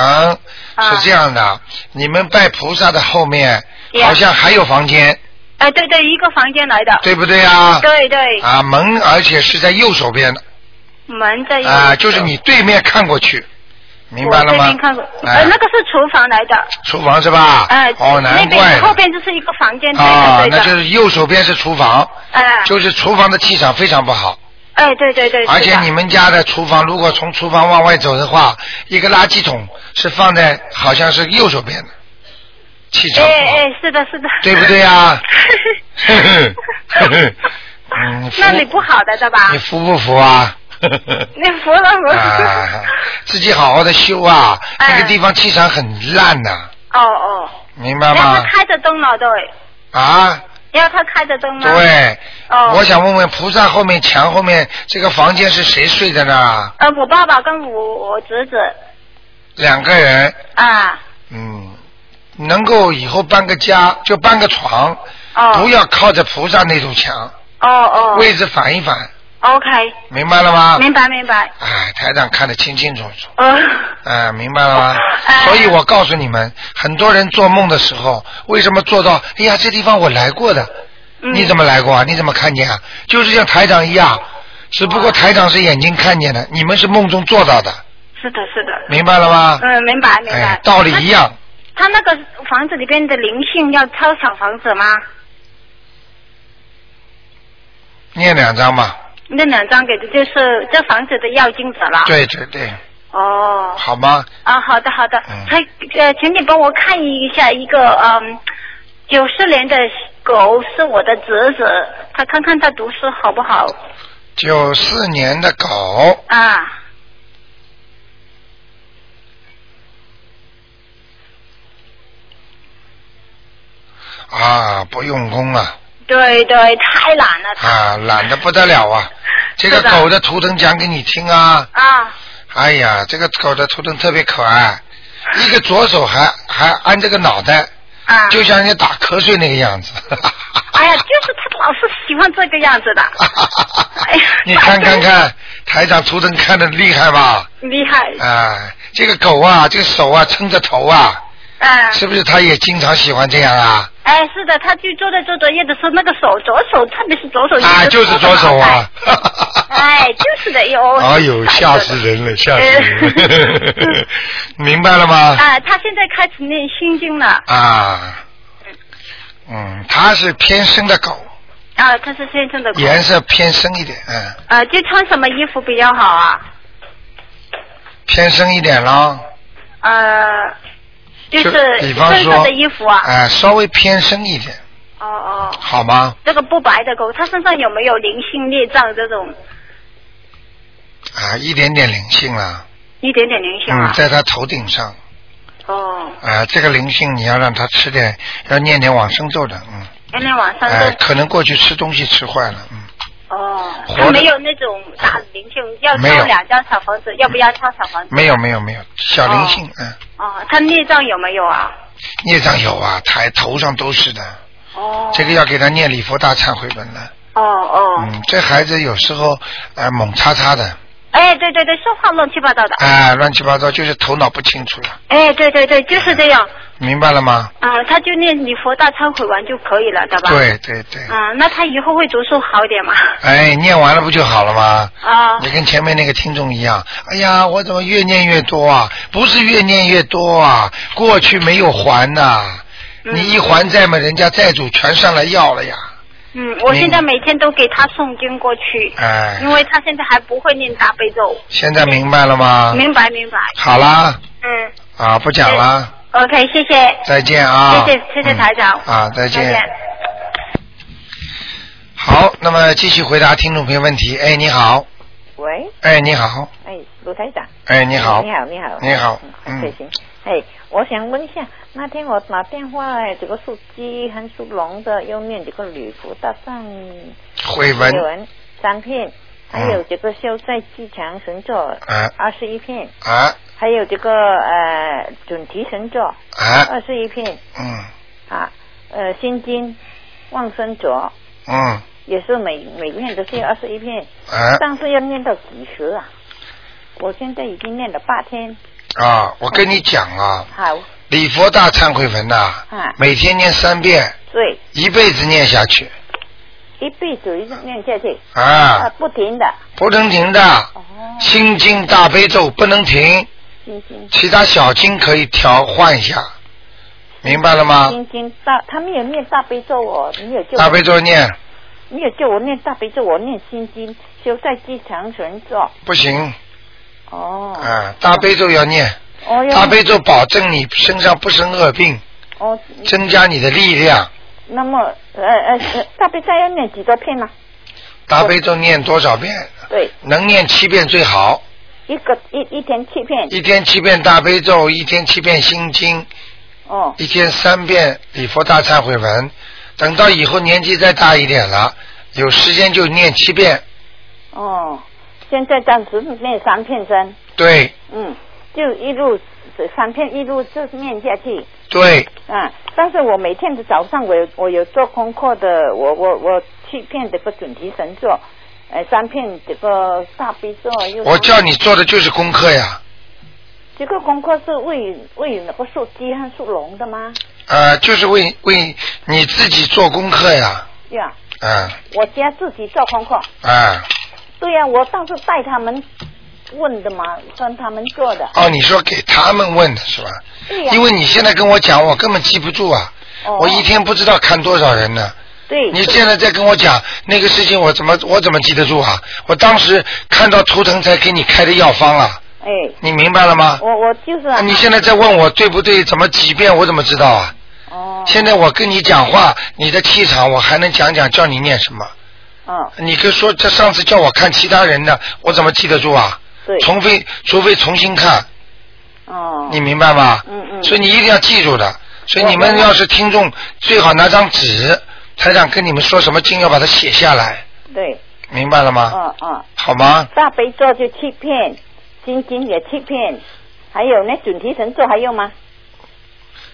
Speaker 5: 啊
Speaker 1: 是这样的，你们拜菩萨的后面
Speaker 5: Yeah
Speaker 1: 好像还有房间，
Speaker 5: 哎、对对，一个房间来的。
Speaker 1: 对不对啊？
Speaker 5: 对对，
Speaker 1: 啊，门而且是在右手边的
Speaker 5: 门在右边
Speaker 1: 啊，就是你对面看过去，明白了
Speaker 5: 我这
Speaker 1: 吗
Speaker 5: 边看过，？
Speaker 1: 哎
Speaker 5: 呃，那个是厨房来的，
Speaker 1: 厨房是吧？
Speaker 5: 哎、
Speaker 1: 哦，
Speaker 5: 那
Speaker 1: 难怪
Speaker 5: 边后边就是一个房间，对的
Speaker 1: 啊
Speaker 5: 对，的，
Speaker 1: 那就是右手边是厨房，
Speaker 5: 哎，
Speaker 1: 就是厨房的气场非常不好，
Speaker 5: 哎、对对对，
Speaker 1: 而
Speaker 5: 是
Speaker 1: 且
Speaker 5: 的
Speaker 1: 你们家的厨房如果从厨房往外走的话，一个垃圾桶是放在好像是右手边的，气场
Speaker 5: 哎
Speaker 1: 不好，
Speaker 5: 哎，是的，是的，
Speaker 1: 对不对
Speaker 5: *laughs*
Speaker 1: 啊呵呵呵呵嗯
Speaker 5: 那你不好的对吧？
Speaker 1: 你服不服
Speaker 5: *laughs*
Speaker 1: 啊？
Speaker 5: 你服了服了。
Speaker 1: 啊，自己好好的修啊，
Speaker 5: 哎
Speaker 1: 那个地方气场很烂呐、
Speaker 5: *laughs* 哦哦，
Speaker 1: 明白
Speaker 5: 要他
Speaker 1: 吗？
Speaker 5: 开着灯了，对，
Speaker 1: 啊，
Speaker 5: 要他开着灯吗？。
Speaker 1: 对，
Speaker 5: 哦。
Speaker 1: 我想问问菩萨后面墙后面这个房间是谁睡在那儿啊？
Speaker 5: 呃，我爸爸跟我我侄子
Speaker 1: 两个人，
Speaker 5: 啊，
Speaker 1: 嗯，能够以后搬个家就搬个床，
Speaker 5: 哦
Speaker 1: 不要靠着菩萨那堵墙，
Speaker 5: 哦哦
Speaker 1: 位置反一反，
Speaker 5: ，OK，
Speaker 1: 明白了吗？
Speaker 5: 明白明白，
Speaker 1: 哎，台长看得清清楚楚。 *laughs*
Speaker 5: 呃，
Speaker 1: 啊，明白了吗？
Speaker 5: 哎
Speaker 1: 所以我告诉你们，很多人做梦的时候，为什么做到？哎呀，这地方我来过的，
Speaker 5: 嗯
Speaker 1: 你怎么来过啊？你怎么看见啊？就是像台长一样，只不过台长是眼睛看见的，你们是梦中做到的，
Speaker 5: 是的是的，
Speaker 1: 明白了吗？
Speaker 5: 嗯，明白明白
Speaker 1: 哎，，道理一样。
Speaker 5: 他。他那个房子里边的灵性要抄小房子吗？
Speaker 1: 念两张吧。
Speaker 5: 那两张给的就是这房子的要经者了。。
Speaker 1: 对对对，
Speaker 5: 哦。
Speaker 1: 好吗？
Speaker 5: 啊，好的好的，
Speaker 1: 嗯
Speaker 5: 他呃，请你帮我看一下一个嗯，九四年的狗是我的侄子，他看看他读书好不好
Speaker 1: 九四年的狗，
Speaker 5: 啊？
Speaker 1: 啊，不用功啊，
Speaker 5: 对对，太懒了，他
Speaker 1: 啊，懒得不得了啊！这个
Speaker 5: 是的
Speaker 1: 狗的图腾讲给你听啊，
Speaker 5: 啊，
Speaker 1: 哎呀，这个狗的图腾特别可爱，一个左手还还按这个脑袋，
Speaker 5: 啊，
Speaker 1: 就像人家打瞌睡那个样子。 *laughs*
Speaker 5: 哎呀，就是他老是喜欢这个样子的，
Speaker 1: 啊
Speaker 5: 哎
Speaker 1: *laughs*
Speaker 5: 呀哎
Speaker 1: 你看看看，台长图腾看的厉害吧？
Speaker 5: 厉害，
Speaker 1: 啊，这个狗啊，这个手啊，撑着头啊，
Speaker 5: 嗯，
Speaker 1: 是不是它也经常喜欢这样啊？
Speaker 5: 哎，是的，他就坐在做作业的时候，那个手，左手，特别是左手，
Speaker 1: 啊，就是左手啊。
Speaker 5: *laughs*
Speaker 1: *laughs*
Speaker 5: 哎，就是的，有。
Speaker 1: 哎呦，吓死人了，吓死人
Speaker 5: *laughs*
Speaker 1: 了！明白了吗？
Speaker 5: 啊，他现在开始念心经了，
Speaker 1: 啊，嗯，它是偏深的狗，
Speaker 5: 啊，他是先生的狗，
Speaker 1: 颜色偏深一点，嗯，
Speaker 5: 啊，就穿什么衣服比较好啊？
Speaker 1: 偏深一点咯。
Speaker 5: 呃，就是
Speaker 1: 比方
Speaker 5: 深
Speaker 1: 说
Speaker 5: 色的衣服啊。
Speaker 1: 哎稍微偏深一点，
Speaker 5: 哦哦，
Speaker 1: 好吗？
Speaker 5: 这个不白的狗，它身上有没有灵性孽障这种
Speaker 1: 啊，一点点灵性了，
Speaker 5: 一点点灵性
Speaker 1: 嗯
Speaker 5: 啊，？
Speaker 1: 在它头顶上，
Speaker 5: 哦，
Speaker 1: 啊，这个灵性你要让它吃点，要念点往生咒的，嗯，
Speaker 5: 天天晚上
Speaker 1: 哎、
Speaker 5: 都
Speaker 1: 可能过去吃东西吃坏了，嗯，
Speaker 5: 哦，
Speaker 1: 活
Speaker 5: 它
Speaker 1: 的
Speaker 5: 没有那种大灵性，要
Speaker 1: 没有
Speaker 5: 烧两张小房子，要不要烧小房子？
Speaker 1: 没有没有没有，小灵性，嗯，
Speaker 5: 哦，它孽障有没有啊？
Speaker 1: 孽障有啊，台头上都是的，
Speaker 5: 哦，
Speaker 1: 这个要给他念礼佛大忏悔文了，
Speaker 5: 哦哦，
Speaker 1: 嗯，这孩子有时候呃猛叉叉的，
Speaker 5: 哎，对对对，说话乱七八糟的，
Speaker 1: 哎、乱七八糟，就是头脑不清楚了，
Speaker 5: 哎，对对对，就是这样，
Speaker 1: 明白了吗？
Speaker 5: 啊、他就念礼佛大忏悔完就可以了，对吧？。
Speaker 1: 对对对，
Speaker 5: 啊、那他以后会读书好一点吗？
Speaker 1: 哎，念完了不就好了吗？
Speaker 5: 啊、
Speaker 1: 你跟前面那个听众一样，哎呀，我怎么越念越多啊？不是越念越多啊，过去没有还呐、
Speaker 5: 嗯
Speaker 1: 你一还债嘛，人家债主全上来要了呀。
Speaker 5: 嗯，我现在每天都给他诵经过去，
Speaker 1: 哎
Speaker 5: 因，为他现在还不会念大悲咒。
Speaker 1: 现在明白了吗？
Speaker 5: 明白明白，
Speaker 1: 好啦，
Speaker 5: 嗯
Speaker 1: 啊，不讲了，
Speaker 5: ，OK，谢谢，
Speaker 1: 再见啊。
Speaker 5: 谢谢谢谢
Speaker 1: 嗯
Speaker 5: 台长
Speaker 1: 啊，再
Speaker 5: 再见。
Speaker 1: 好，那么继续回答听众朋友问题。哎，你好，
Speaker 6: 喂，
Speaker 1: 哎，你好，
Speaker 6: 哎，卢台长，
Speaker 1: 哎，你好
Speaker 6: 你，好，你好，
Speaker 1: 你好嗯
Speaker 6: 嗯，谢谢。哎，我想问一下，那天我打电话，哎，这个属鸡和属龙的，又念这个礼佛大善
Speaker 1: 嗯慧文，
Speaker 6: 文三片，还有这个消灾吉祥神咒
Speaker 1: 哎
Speaker 6: 二十一片，
Speaker 1: 啊
Speaker 6: 还有这个呃准提神咒
Speaker 1: 啊，
Speaker 6: 二十一片
Speaker 1: 嗯
Speaker 6: 啊，呃心经望生咒
Speaker 1: 嗯
Speaker 6: 也是每每天都是二十一片，
Speaker 1: 啊
Speaker 6: 但是要念到几时啊？我现在已经念了八天，
Speaker 1: 啊，我跟你讲啊，
Speaker 6: 好，
Speaker 1: 礼佛大忏悔文呐、
Speaker 6: 嗯
Speaker 1: 每天念三遍，
Speaker 6: 对，
Speaker 1: 一辈子念下去
Speaker 6: 一辈子一直念下去，啊，
Speaker 1: 啊，
Speaker 6: 不停的。
Speaker 1: 不能停的。
Speaker 6: 哦，
Speaker 1: 心经大悲咒不能停，
Speaker 6: 心经，
Speaker 1: 其他小经可以调换一下，明白了吗？
Speaker 6: 心经大，他没有念大悲咒哦，没嗯有
Speaker 1: 啊
Speaker 6: 就
Speaker 1: 大悲咒念
Speaker 6: 没有就我念大悲咒，我念心经，修在吉祥神咒。
Speaker 1: 不行
Speaker 6: 哦，
Speaker 1: 啊，大悲咒要念，
Speaker 6: 哦哟，
Speaker 1: 大悲咒保证你身上不生恶病，
Speaker 6: 哦，
Speaker 1: 增加你的力量。
Speaker 6: 那么呃呃呃，大悲咒要念几多片呢？
Speaker 1: 大悲咒念多少遍？
Speaker 6: 对，
Speaker 1: 能念七遍最好，
Speaker 6: 一个一一天七片。
Speaker 1: 一天七遍大悲咒，一天七遍心经，
Speaker 6: 哦，
Speaker 1: 一天三遍礼佛大忏悔文，等到以后年纪再大一点了，有时间就念七遍。
Speaker 6: 哦，现在暂时念三片针，
Speaker 1: 对
Speaker 6: 嗯，就一路这三片一路就念下去。
Speaker 1: 对，
Speaker 6: 啊，但是我每天的早上我有我有做功课的，我我我七片这个准提神咒，呃，三片这个大悲咒，啊又
Speaker 1: 我叫你做的就是功课呀。
Speaker 6: 这个功课是位于位于那个属鸡和属龙的吗？
Speaker 1: 呃，就是为为你自己做功课呀，
Speaker 6: 呀、
Speaker 1: 啊
Speaker 6: 我家自己做功课，
Speaker 1: 啊
Speaker 6: 对呀、我当时带他们问的嘛，跟他们做的，
Speaker 1: 哦，你说给他们问的是吧？
Speaker 6: 对呀、
Speaker 1: 因为你现在跟我讲，我根本记不住啊，
Speaker 6: 哦
Speaker 1: 我一天不知道看多少人呢。
Speaker 6: 对，
Speaker 1: 你现在在跟我讲那个事情，我怎么我怎么记得住啊？我当时看到图腾才给你开的药方啊，
Speaker 6: 哎，
Speaker 1: 你明白了吗？
Speaker 6: 我我就是、啊
Speaker 1: 那你现在在问我对不对，怎么几遍，我怎么知道啊？
Speaker 6: 哦，
Speaker 1: 现在我跟你讲话，你的气场，我还能讲讲叫你念什么？
Speaker 6: 嗯，
Speaker 1: 你跟说这上次叫我看其他人的，我怎么记得住啊？
Speaker 6: 对，
Speaker 1: 除非除非重新看，
Speaker 6: 哦，
Speaker 1: 你明白吗？
Speaker 6: 嗯嗯
Speaker 1: 所以你一定要记住的。所以
Speaker 6: 我
Speaker 1: 你们要是听众，最好拿张纸台长跟你们说什么经要把它写下来，
Speaker 6: 对，
Speaker 1: 明白了吗？
Speaker 6: 嗯嗯，
Speaker 1: 好吗？
Speaker 6: 大悲咒就七片，心经也七片，还有那准提神咒还有吗？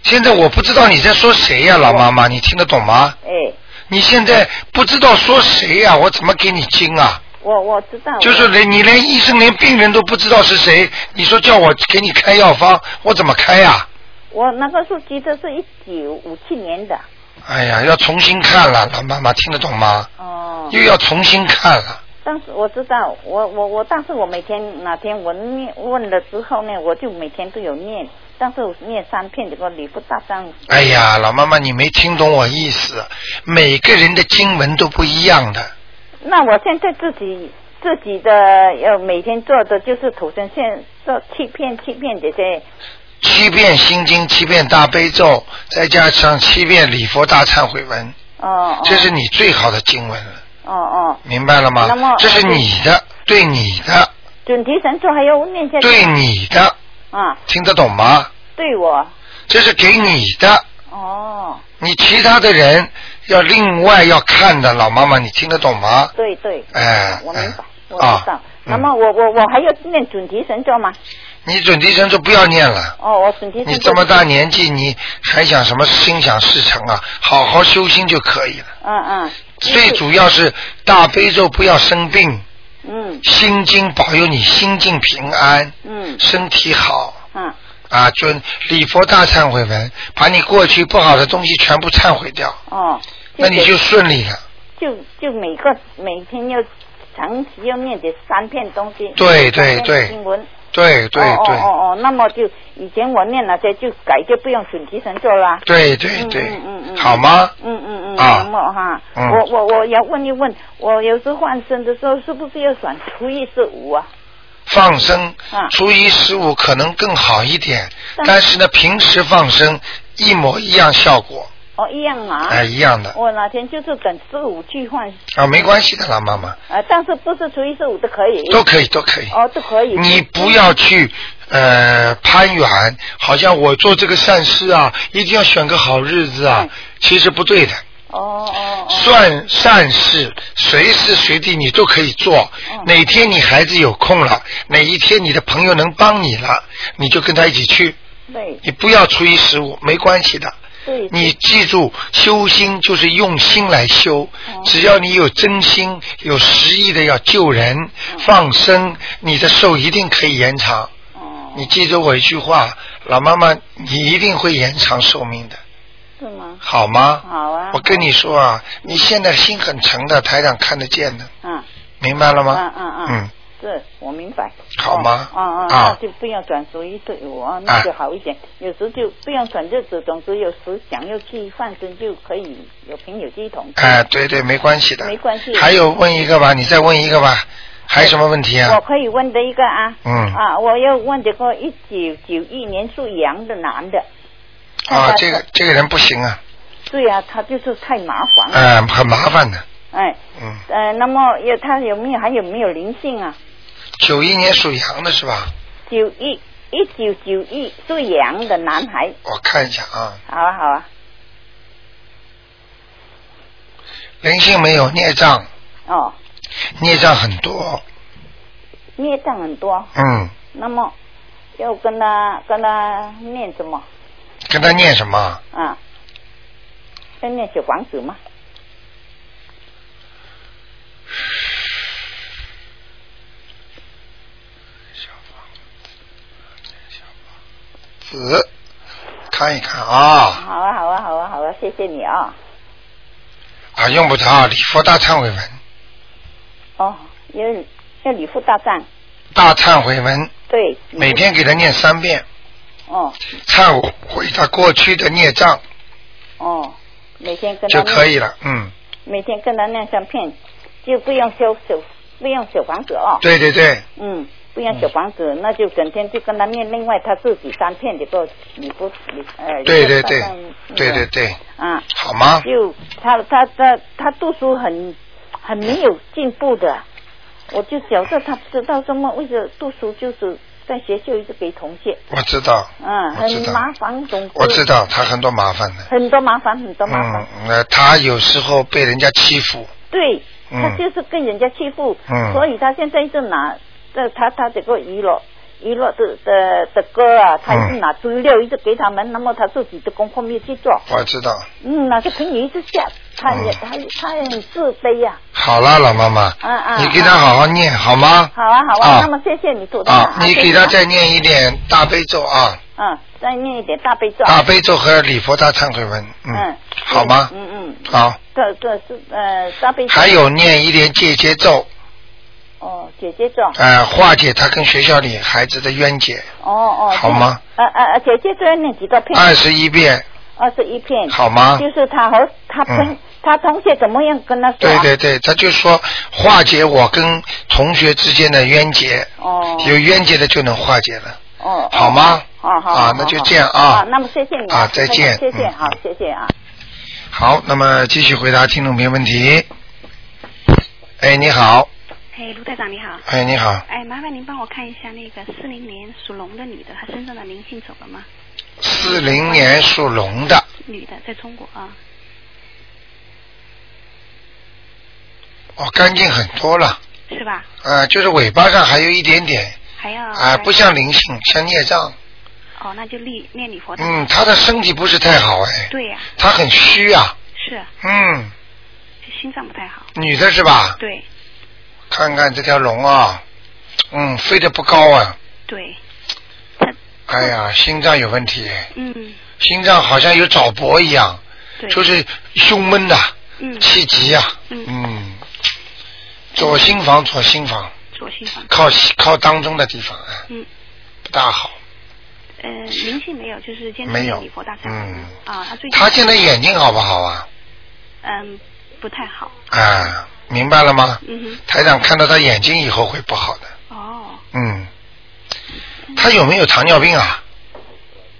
Speaker 1: 现在我不知道你在说谁呀、老妈妈，你听得懂吗？
Speaker 6: 哎，
Speaker 1: 你现在不知道说谁呀、我怎么给你经啊？
Speaker 6: 我我知道，
Speaker 1: 就是连你连医生连病人都不知道是谁，你说叫我给你开药方，我怎么开呀、
Speaker 6: 我我那个手机这是一九五七年的，
Speaker 1: 哎呀，要重新看了，老妈妈听得懂吗？
Speaker 6: 哦，
Speaker 1: 又要重新看了，
Speaker 6: 但是我知道，我我我，但是我每天哪天我念问了之后呢，我就每天都有念，但是我念三片这个礼佛大忏，
Speaker 1: 哎呀，老妈妈你没听懂我意思，每个人的经文都不一样的。
Speaker 6: 那我现在自己自己的要每天做的就是土生线做七片七片这些，
Speaker 1: 七遍心经，七遍大悲咒，再加上七遍礼佛大忏悔文，
Speaker 6: 哦哦
Speaker 1: 这是你最好的经文了，
Speaker 6: 哦哦，
Speaker 1: 明白了
Speaker 6: 那
Speaker 1: 吗
Speaker 6: 么？
Speaker 1: 这是你的，对你的，
Speaker 6: 准提神咒还要念下去
Speaker 1: 对你的，
Speaker 6: 啊，
Speaker 1: 听得懂吗？
Speaker 6: 对我
Speaker 1: 这是给你的，
Speaker 6: 哦，
Speaker 1: 你其他的人要另外要看的，老妈妈，你听得懂吗？
Speaker 6: 对对，
Speaker 1: 哎，
Speaker 6: 我明白
Speaker 1: 哎，
Speaker 6: 我知道
Speaker 1: 啊。
Speaker 6: 那么我我我还要念准提神咒吗？
Speaker 1: 你准提神咒不要念了，
Speaker 6: 哦，我准提神咒
Speaker 1: 你这么大年纪，你还想什么心想事成啊？好好修心就可以了。
Speaker 6: 嗯嗯
Speaker 1: 最主要是大悲咒不要生病，
Speaker 6: 嗯
Speaker 1: 心经保佑你心境平安，
Speaker 6: 嗯
Speaker 1: 身体好
Speaker 6: 嗯
Speaker 1: 啊！准礼佛大忏悔文，把你过去不好的东西全部忏悔掉，
Speaker 6: 哦，
Speaker 1: 那你
Speaker 6: 给
Speaker 1: 就顺利了。
Speaker 6: 就就每个每天要长期要念这三片东西，
Speaker 1: 对
Speaker 6: 三
Speaker 1: 对
Speaker 6: 篇
Speaker 1: 对
Speaker 6: 经文，
Speaker 1: 对对
Speaker 6: 哦哦
Speaker 1: 对
Speaker 6: 哦哦，那么就以前我念那些就改就不用准提神咒啦，
Speaker 1: 对对
Speaker 6: 嗯
Speaker 1: 对
Speaker 6: 嗯嗯，嗯
Speaker 1: 好吗？
Speaker 6: 嗯嗯嗯，
Speaker 1: 啊
Speaker 6: 那么哈，
Speaker 1: 嗯
Speaker 6: 我我我要问一问，我有时换身的时候是不是要选初一十五啊？
Speaker 1: 放生
Speaker 6: 啊，
Speaker 1: 初一十五可能更好一点，
Speaker 6: 但
Speaker 1: 但是呢，平时放生一模一样效果，
Speaker 6: 哦，一样啊。
Speaker 1: 哎，一样的
Speaker 6: 我哪天就是等十五去换，
Speaker 1: 啊，没关系的啦，妈妈，
Speaker 6: 呃，但是不是初一十五都可以，
Speaker 1: 都可以，都可以。
Speaker 6: 哦，都可以。
Speaker 1: 你不要去呃攀援，好像我做这个善事啊，一定要选个好日子啊
Speaker 6: 嗯，
Speaker 1: 其实不对的。
Speaker 6: 哦哦哦，
Speaker 1: 算善事，随时随地你都可以做。
Speaker 6: 嗯
Speaker 1: 哪天你孩子有空了，哪一天你的朋友能帮你了，你就跟他一起去。
Speaker 6: 对
Speaker 1: 你不要初一十五，没关系的。
Speaker 6: 对，
Speaker 1: 你记住，修心就是用心来修
Speaker 6: 哦，
Speaker 1: 只要你有真心、有实意的要救人、放生，你的寿一定可以延长。
Speaker 6: 哦，
Speaker 1: 你记住我一句话，老妈妈，你一定会延长寿命的，
Speaker 6: 是吗？
Speaker 1: 好吗？
Speaker 6: 好啊
Speaker 1: 我跟你说啊，你现在心很沉的，台长看得见的，
Speaker 6: 嗯
Speaker 1: 明白了
Speaker 6: 嗯
Speaker 1: 吗？
Speaker 6: 嗯嗯
Speaker 1: 嗯，，
Speaker 6: 是我明白。
Speaker 1: 好吗
Speaker 6: 哦哦哦，那
Speaker 1: 啊
Speaker 6: 就不要转属于队伍啊，
Speaker 1: 哎
Speaker 6: 那就好一点。有时就不用转日子，总之有时想要去放生就可以有凭有据同。
Speaker 1: 哎，对对，没关系的。
Speaker 6: 没关系
Speaker 1: 还有问一个吧，你再问一个吧，还有什么问题啊
Speaker 6: 我？可以问的一个啊，
Speaker 1: 嗯
Speaker 6: 啊，我要问这个一九九一年属羊的男的，
Speaker 1: 啊
Speaker 6: 看，看
Speaker 1: 这个这个人不行啊，
Speaker 6: 对啊，他就是太麻烦了，
Speaker 1: 哎，很麻烦的，
Speaker 6: 哎，
Speaker 1: 嗯。
Speaker 6: 呃，那么有他有没有还有没有灵性啊？
Speaker 1: 九一年属羊的是吧？
Speaker 6: 九一一九九一属羊的男孩，
Speaker 1: 我看一下啊，
Speaker 6: 好啊好啊，
Speaker 1: 灵性没有，孽障，
Speaker 6: 哦，
Speaker 1: 孽障很多，
Speaker 6: 孽障很多，
Speaker 1: 嗯，
Speaker 6: 那么要跟他跟他念什么
Speaker 1: 跟他念什么？
Speaker 6: 啊？要念小房子吗？
Speaker 1: 子，看一看啊，
Speaker 6: 好啊好啊好啊好啊，谢谢你啊。
Speaker 1: 啊，用不着礼佛大忏悔文，
Speaker 6: 哦，要要礼服大战，
Speaker 1: 大忏悔文
Speaker 6: 对，礼服
Speaker 1: 每天给他念三遍，
Speaker 6: 哦
Speaker 1: 忏悔他过去的孽障
Speaker 6: 哦，每天跟他
Speaker 1: 就
Speaker 6: 念
Speaker 1: 可以了，嗯，
Speaker 6: 每天跟他念相片，就不用修手不用小房子哦。
Speaker 1: 对嗯对对，
Speaker 6: 嗯，不用小房子，那就整天就跟他念，另外他自己三片的个礼服礼呃
Speaker 1: 对对
Speaker 6: 礼服大
Speaker 1: 对
Speaker 6: 战，
Speaker 1: 对
Speaker 6: 那个
Speaker 1: 对对，
Speaker 6: 啊。
Speaker 1: 好吗？
Speaker 6: 就他他他他读书很很没有进步的，我就晓得他不知道什么为了读书就是在学校一直给同学，
Speaker 1: 我知道，
Speaker 6: 嗯，
Speaker 1: 我知
Speaker 6: 很
Speaker 1: 道
Speaker 6: 麻烦，总之
Speaker 1: 我知道他很多麻烦的。
Speaker 6: 很多麻烦，很多麻烦。
Speaker 1: 嗯，那他有时候被人家欺负，
Speaker 6: 对，
Speaker 1: 嗯
Speaker 6: 他就是跟人家欺负，
Speaker 1: 嗯
Speaker 6: 所以他现在一直拿，这他他这个娱乐娱乐的的的歌啊，他
Speaker 1: 嗯
Speaker 6: 一直拿资料一直给他们，那么他自己的功课没有去做，
Speaker 1: 我知道。
Speaker 6: 嗯，那个朋友一直下，他
Speaker 1: 嗯
Speaker 6: 也、他他也很自卑呀、
Speaker 1: 好了，老妈妈，
Speaker 6: 嗯嗯
Speaker 1: 你给他好好念好吗？
Speaker 6: 好啊好啊，
Speaker 1: 啊
Speaker 6: 那么谢谢你土豆
Speaker 1: 啊，你给他
Speaker 6: 再
Speaker 1: 再念一点大悲咒啊，
Speaker 6: 嗯再念一点大悲咒，啊
Speaker 1: 大悲咒和礼佛大忏悔文，
Speaker 6: 嗯，
Speaker 1: 好吗？
Speaker 6: 嗯嗯，
Speaker 1: 好，
Speaker 6: 这这是呃大悲咒，
Speaker 1: 还有念一点解结咒，
Speaker 6: 哦姐姐咒，
Speaker 1: 呃，化解他跟学校里孩子的冤结，
Speaker 6: 哦哦，
Speaker 1: 好吗？哎
Speaker 6: 呃呃呃姐姐咒要念几多片？
Speaker 1: 二十一遍，
Speaker 6: 二十一片，
Speaker 1: 好吗？
Speaker 6: 就是他和他朋、
Speaker 1: 啊嗯
Speaker 6: 他同学怎么样跟他说、
Speaker 1: 对
Speaker 6: 啊？
Speaker 1: 对对，他就说化解我跟同学之间的冤结，
Speaker 6: 哦
Speaker 1: 有冤结的就能化解了，
Speaker 6: 哦，
Speaker 1: 好吗？
Speaker 6: 哦好，
Speaker 1: 啊
Speaker 6: 好，
Speaker 1: 那就
Speaker 6: 好
Speaker 1: 这样
Speaker 6: 啊
Speaker 1: 啊。
Speaker 6: 那么谢谢你
Speaker 1: 啊再见
Speaker 6: 谢谢，
Speaker 1: 嗯
Speaker 6: 好，谢谢啊。
Speaker 1: 好，那么继续回答听众朋友问题。哎，你好，
Speaker 3: 嘿，卢台长你好。
Speaker 1: 哎，你好，
Speaker 3: 哎，麻烦您帮我看一下那个四零年属龙的女的，她身上的灵性走了吗？
Speaker 1: 四零年属龙的，
Speaker 3: 女的在中国啊。
Speaker 1: 哦，干净很多了，
Speaker 3: 是吧？
Speaker 1: 啊，就是尾巴上还有一点点，
Speaker 3: 还要
Speaker 1: 啊、不像灵性，像孽障。
Speaker 3: 哦，那就立念礼佛的。
Speaker 1: 嗯，他的身体不是太好哎，
Speaker 3: 对呀、
Speaker 1: 他很虚啊。
Speaker 3: 是
Speaker 1: 嗯，
Speaker 3: 心脏不太好。
Speaker 1: 女的是吧？
Speaker 3: 对
Speaker 1: 看看这条龙啊，嗯，飞得不高啊，
Speaker 3: 对，她
Speaker 1: 哎呀，心脏有问题，哎
Speaker 3: 嗯
Speaker 1: 心脏好像有早搏一样，
Speaker 3: 对
Speaker 1: 就是胸闷呐、
Speaker 3: 嗯
Speaker 1: 气急呀、
Speaker 3: 嗯
Speaker 1: 嗯，左心房，左心房，
Speaker 3: 左心房
Speaker 1: 靠西靠当中的地方，哎
Speaker 3: 嗯
Speaker 1: 不大好。
Speaker 3: 呃灵性没有，就是坚持
Speaker 1: 没有
Speaker 3: 念礼佛大忏悔文
Speaker 1: 嗯
Speaker 3: 啊，她最近
Speaker 1: 他现在眼睛好不好啊？
Speaker 3: 嗯不太好。
Speaker 1: 啊，明白了吗？
Speaker 3: 嗯
Speaker 1: 台长看到他眼睛以后会不好的。
Speaker 3: 哼哦，
Speaker 1: 嗯，他有没有糖尿病啊？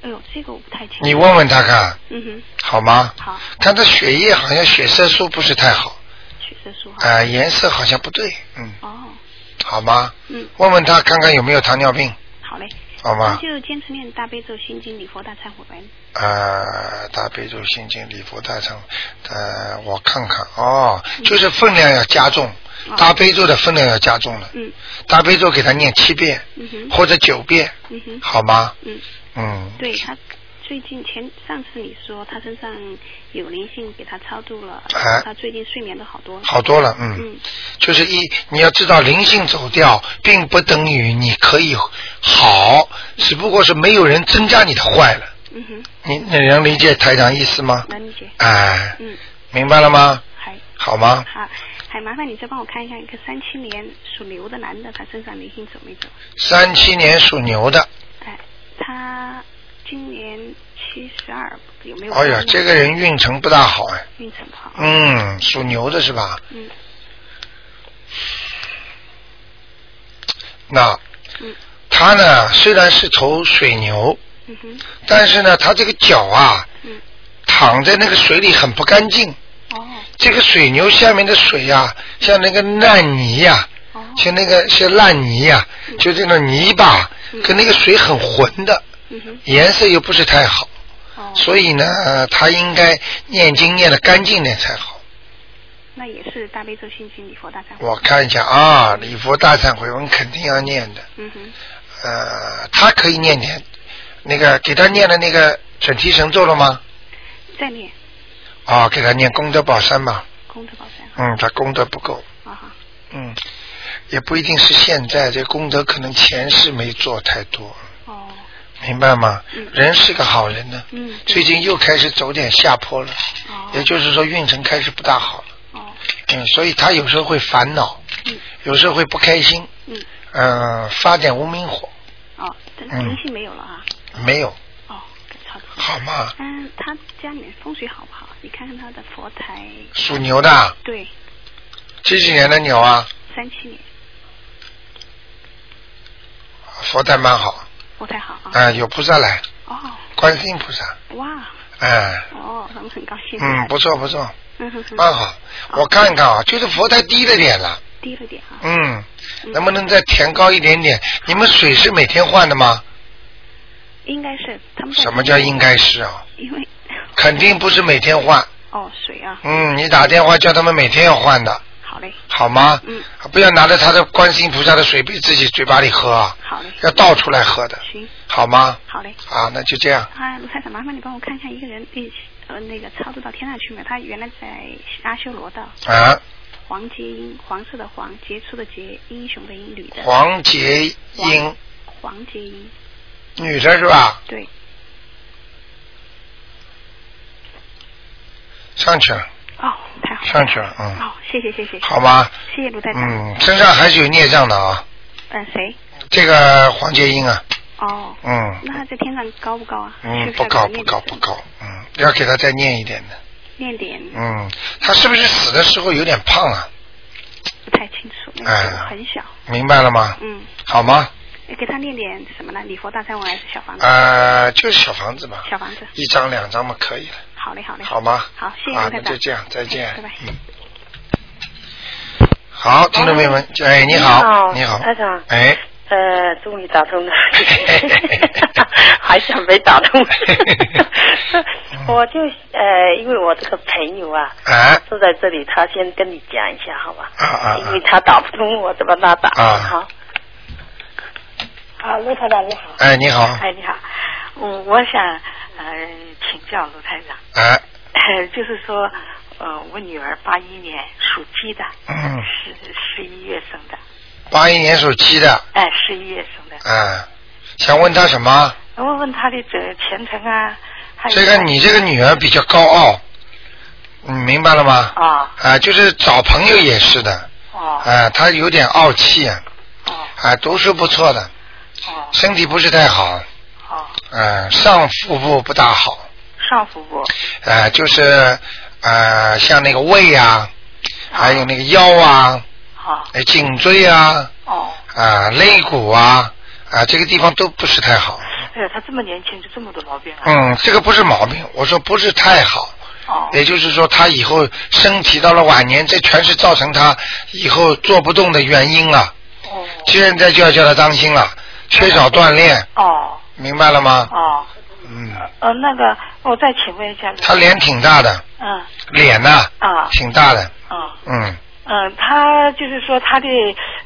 Speaker 3: 哎呦，这个我不太清楚。
Speaker 1: 你问问他看
Speaker 3: 嗯哼
Speaker 1: 好吗？
Speaker 3: 好，
Speaker 1: 看他血液好像血色素不是太好，
Speaker 3: 血色素哈。
Speaker 1: 啊、颜色好像不对，嗯，
Speaker 3: 哦
Speaker 1: 好吗？
Speaker 3: 嗯
Speaker 1: 问问他看看有没有糖尿病，
Speaker 3: 好嘞。
Speaker 1: 好
Speaker 3: 那
Speaker 1: 吗？
Speaker 3: 就坚持念大悲咒、心经、礼佛大忏悔文。
Speaker 1: 呃，大悲咒心经礼佛大忏，呃，我看看哦，就是分量要加重，
Speaker 3: 哦
Speaker 1: 大悲咒的分量要加重了。
Speaker 3: 嗯
Speaker 1: 大悲咒给他念七遍
Speaker 3: 嗯哼，
Speaker 1: 或者九遍，
Speaker 3: 嗯哼，
Speaker 1: 好吗？
Speaker 3: 嗯，
Speaker 1: 嗯，
Speaker 3: 对他最近前上次你说他身上有灵性，给他超度了，
Speaker 1: 哎
Speaker 3: 他最近睡眠都好多了。
Speaker 1: 好多了，嗯，
Speaker 3: 嗯
Speaker 1: 就是一你要知道灵性走掉，并不等于你可以好，只不过是没有人增加你的坏了。
Speaker 3: 嗯哼，
Speaker 1: 你你能理解台长意思吗？
Speaker 3: 能理解。
Speaker 1: 哎，
Speaker 3: 嗯，
Speaker 1: 明白了吗？
Speaker 3: 还
Speaker 1: 好吗？
Speaker 3: 好，还麻烦你再帮我看一下一个三七年属牛的男的，他身上灵性走没走？
Speaker 1: 三七年属牛的，
Speaker 3: 哎，他今年七十二，有没有？
Speaker 1: 哎呀，这个人运程不大好哎。
Speaker 3: 运程不好。
Speaker 1: 嗯，属牛的是吧？
Speaker 3: 嗯
Speaker 1: 那
Speaker 3: 嗯
Speaker 1: 他呢，虽然是头水牛，
Speaker 3: 嗯哼
Speaker 1: 但是呢，他这个脚啊，
Speaker 3: 嗯，
Speaker 1: 躺在那个水里很不干净。
Speaker 3: 哦
Speaker 1: 这个水牛下面的水呀、像那个烂泥呀、
Speaker 3: 哦，
Speaker 1: 像那个像烂泥呀、
Speaker 3: 嗯
Speaker 1: 就这种泥巴，
Speaker 3: 嗯
Speaker 1: 跟那个水很浑的，
Speaker 3: 嗯哼
Speaker 1: 颜色又不是太好，
Speaker 3: 哦，
Speaker 1: 所以呢，呃他应该念经念的干净点才好。
Speaker 3: 那也是大悲咒心经礼佛大忏悔。
Speaker 1: 我看一下啊，礼佛大忏悔文肯定要念的。
Speaker 3: 嗯哼，
Speaker 1: 呃，他可以念点，那个给他念的那个准提神咒了吗？
Speaker 3: 再念
Speaker 1: 啊、给他念功德宝山吧。
Speaker 3: 功德宝山
Speaker 1: 嗯，他功德不够，
Speaker 3: 啊哈，
Speaker 1: 嗯，也不一定是现在这功德，可能前世没做太多，
Speaker 3: 哦，
Speaker 1: 明白吗？
Speaker 3: 嗯
Speaker 1: 人是个好人呢，
Speaker 3: 嗯，
Speaker 1: 最近又开始走点下坡了，也
Speaker 3: 哦
Speaker 1: 就是说运程开始不大好了，
Speaker 3: 哦，
Speaker 1: 嗯，所以他有时候会烦恼，
Speaker 3: 嗯
Speaker 1: 有时候会不开心，
Speaker 3: 嗯
Speaker 1: 嗯、发点无名火，
Speaker 3: 哦，但
Speaker 1: 嗯
Speaker 3: 灵性没有了啊，
Speaker 1: 没有，
Speaker 3: 哦，给超度了。
Speaker 1: 好吗？
Speaker 3: 嗯，他家里面风水好不好？你看看他的佛台，
Speaker 1: 属牛的啊，
Speaker 3: 对，
Speaker 1: 几几年的牛啊？
Speaker 3: 三七年
Speaker 1: 佛台蛮好，
Speaker 3: 佛台好啊
Speaker 1: 啊、。有菩萨来，
Speaker 3: 哦，
Speaker 1: 观世音菩萨，
Speaker 3: 哇，
Speaker 1: 哎、
Speaker 3: 哦，咱们很高兴。
Speaker 1: 嗯，不错不错，
Speaker 3: 嗯哼哼，
Speaker 1: 啊蛮好。我看一看啊，就是佛台低了点了，
Speaker 3: 低
Speaker 7: 低了点哈。
Speaker 1: 嗯，能不能再填高一点点？你们水是每天换的吗？
Speaker 3: 嗯
Speaker 7: 应该是他们在
Speaker 1: 什么叫应该是啊？
Speaker 7: 因为
Speaker 1: 肯定不是每天换。
Speaker 7: 哦水啊，
Speaker 1: 嗯，你打电话叫他们每天要换的，
Speaker 7: 好嘞，
Speaker 1: 好吗？
Speaker 7: 嗯，
Speaker 1: 不要拿着他的观世音菩萨的水杯自己嘴巴里喝啊，
Speaker 7: 好嘞，
Speaker 1: 要倒出来喝的，
Speaker 7: 行，
Speaker 1: 好吗？
Speaker 7: 好嘞。
Speaker 1: 啊，那就这样。
Speaker 7: 啊，卢太长，麻烦你帮我看一下一个人，一呃那个超度到天上去没有？他原来在阿修罗道，
Speaker 1: 啊，
Speaker 7: 黄杰英，黄色的黄，杰出的杰，英雄的英，女的。
Speaker 1: 黄洁英，
Speaker 7: 黄杰英，
Speaker 1: 女的是吧？
Speaker 7: 对，
Speaker 1: 上去了，
Speaker 7: 哦，太好了。
Speaker 1: 上去了，嗯，
Speaker 7: 哦，谢谢谢谢。
Speaker 1: 好吗？
Speaker 7: 谢谢卢太长。
Speaker 1: 嗯，身上还是有孽障的啊。
Speaker 7: 嗯，谁？
Speaker 1: 这个黄洁英啊，
Speaker 7: 哦，
Speaker 1: 嗯
Speaker 7: 那他在天上高不高啊？
Speaker 1: 嗯，
Speaker 7: 是
Speaker 1: 不
Speaker 7: 是
Speaker 1: 高
Speaker 7: 要
Speaker 1: 不
Speaker 7: 给他念
Speaker 1: 高不高，嗯，要给他再念一点的。
Speaker 7: 念点
Speaker 1: 嗯，他是不是死的时候有点胖啊？
Speaker 7: 不太清楚，那
Speaker 1: 哎
Speaker 7: 个时候嗯很小。
Speaker 1: 明白了吗？
Speaker 7: 嗯，呃
Speaker 1: 好吗？
Speaker 7: 给他念点什么呢？礼佛大忏悔还是小房子？
Speaker 1: 呃，就是小房子嘛，
Speaker 7: 小房子。
Speaker 1: 一张两张嘛，可以了，
Speaker 7: 好嘞，好嘞。
Speaker 1: 好吗？
Speaker 7: 好，谢谢卢
Speaker 1: 啊，
Speaker 7: 太
Speaker 1: 那
Speaker 7: 长。
Speaker 1: 就这样，再见。嗯
Speaker 7: 哎拜拜。
Speaker 1: 好，听众朋友们，哎，你好，你
Speaker 3: 你
Speaker 1: 好
Speaker 3: 好，台长
Speaker 1: 哎，
Speaker 3: 呃，终于打通
Speaker 1: *laughs*
Speaker 3: 了，还想没打通。我就呃，因为我这个朋友啊，
Speaker 1: 哎，
Speaker 3: 坐在这里，他先跟你讲一下好吧？
Speaker 1: 啊啊
Speaker 3: 因为他打不通，我怎么他打？
Speaker 1: 啊
Speaker 3: 好，
Speaker 8: 啊，卢台长你好，
Speaker 1: 啊，哎，你好，
Speaker 3: 哎，你好，嗯，我想呃请教卢台长， *coughs*
Speaker 1: 哎，
Speaker 3: 就是说，呃，我女儿八一年属鸡的，
Speaker 1: 嗯，
Speaker 3: 十十一月生的，
Speaker 1: 八一年属鸡的，
Speaker 3: 哎，十一月生的，
Speaker 1: 哎，想问他什么？
Speaker 3: 我问问她的这前程啊，还有
Speaker 1: 这个你这个女儿比较高傲，你明白了吗？
Speaker 3: 啊
Speaker 1: 啊，就是找朋友也是的，
Speaker 3: 哦
Speaker 1: 啊，她有点傲气，啊，
Speaker 3: 哦
Speaker 1: 读书不错的，
Speaker 3: 哦
Speaker 1: 身体不是太好，
Speaker 3: 哦，
Speaker 1: 嗯，上腹部不大好，
Speaker 3: 上腹部
Speaker 1: 呃，就是呃，像那个胃啊，还有那个腰啊，
Speaker 3: 啊
Speaker 1: 呃颈椎啊，
Speaker 3: 哦，
Speaker 1: 啊、肋骨啊，啊、这个地方都不是太好。
Speaker 3: 哎呀，她这么年轻就这么多毛病啊，
Speaker 1: 嗯，这个不是毛病，我说不是太好，
Speaker 3: 哦
Speaker 1: 也就是说他以后身体到了晚年，这全是造成他以后做不动的原因啊了。
Speaker 3: 哦
Speaker 1: 现在就要叫他当心了，缺少锻炼，
Speaker 3: 哦
Speaker 1: 明白了吗？
Speaker 3: 哦，
Speaker 1: 嗯，
Speaker 3: 呃，那个我再请问一下，
Speaker 1: 他脸挺大的，
Speaker 3: 嗯
Speaker 1: 脸呐、
Speaker 3: 啊
Speaker 1: 挺大的，
Speaker 3: 啊。
Speaker 1: 嗯。
Speaker 3: 嗯，他就是说他的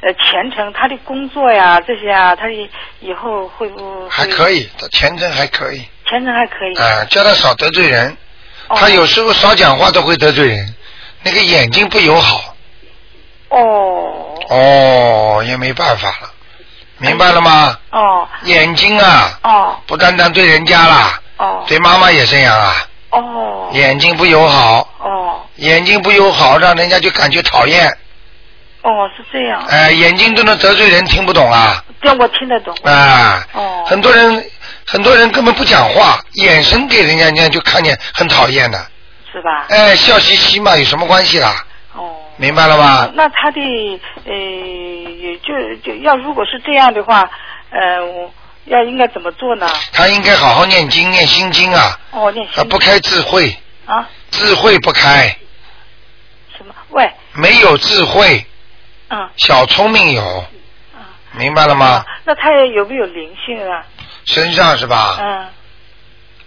Speaker 3: 呃前程，他的工作呀这些啊，他的以后会不会
Speaker 1: 还可，以，他前程还可以，
Speaker 3: 前程还可以。
Speaker 1: 啊、叫他少得罪人，
Speaker 3: 嗯哦
Speaker 1: 他有时候少讲话都会得罪人，那个眼睛不友好，
Speaker 3: 哦
Speaker 1: 哦，也没办法了，明白了吗？
Speaker 3: 哦
Speaker 1: 眼睛啊，
Speaker 3: 哦
Speaker 1: 不单单对人家啦，
Speaker 3: 哦
Speaker 1: 对妈妈也这样啊，
Speaker 3: 哦
Speaker 1: 眼睛不友好，
Speaker 3: 哦
Speaker 1: 眼睛不友好，让人家就感觉讨厌，
Speaker 3: 哦，是这样。
Speaker 1: 哎、眼睛都能得罪人，听不懂啊，
Speaker 3: 这我听得懂。
Speaker 1: 啊、
Speaker 3: 哦
Speaker 1: 很多人很多人根本不讲话，眼神给人家，人家就看见很讨厌的。
Speaker 3: 是吧？
Speaker 1: 哎，笑嘻嘻嘛，有什么关系啦？
Speaker 3: 哦。
Speaker 1: 明白了吗？
Speaker 3: 那他的呃，也就就要如果是这样的话，呃，我要应该怎么做呢？
Speaker 1: 他应该好好念经、念心经啊，
Speaker 3: 哦，念心
Speaker 1: 啊，不开智慧，
Speaker 3: 啊
Speaker 1: 智慧不开，
Speaker 3: 什么？喂，
Speaker 1: 没有智慧，
Speaker 3: 嗯
Speaker 1: 小聪明有，
Speaker 3: 嗯。
Speaker 1: 明白了吗
Speaker 3: 啊？那他有没有灵性啊？
Speaker 1: 身上是吧？
Speaker 3: 嗯，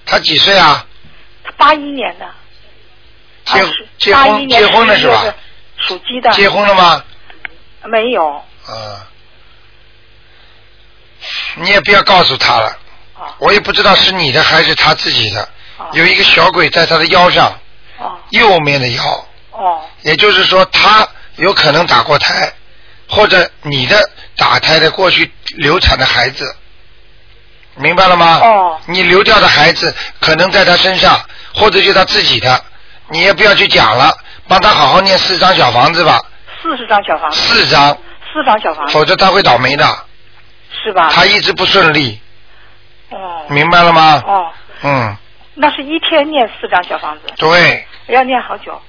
Speaker 1: 他几岁啊？
Speaker 3: 他八一年的。
Speaker 1: 结
Speaker 3: 啊是
Speaker 1: 结
Speaker 3: 81
Speaker 1: 婚
Speaker 3: 年
Speaker 1: 结婚了
Speaker 3: 11
Speaker 1: 是吧
Speaker 3: 月份？属鸡的。
Speaker 1: 结婚了吗？
Speaker 3: 没有。
Speaker 1: 啊，你也不要告诉他了，
Speaker 3: 啊
Speaker 1: 我也不知道是你的还是他自己的，
Speaker 3: 啊
Speaker 1: 有一个小鬼在他的腰上，
Speaker 3: 哦
Speaker 1: 右面的腰。
Speaker 3: 哦
Speaker 1: 也就是说，他有可能打过胎，或者你的打胎的过去流产的孩子，明白了吗？
Speaker 3: 哦
Speaker 1: 你流掉的孩子可能在他身上，或者就他自己的，你也不要去讲了，帮他好好念四张小房子吧，
Speaker 3: 四十张小房子，
Speaker 1: 四张，
Speaker 3: 四张小房子
Speaker 1: 否则他会倒霉的，
Speaker 9: 啊
Speaker 3: 是吧？
Speaker 1: 他一直不顺利，
Speaker 3: 哦
Speaker 1: 明白了吗？
Speaker 3: 哦，
Speaker 9: 啊
Speaker 1: 嗯，
Speaker 3: 那是一天念四张小房子，
Speaker 1: 对，
Speaker 3: 要念好久。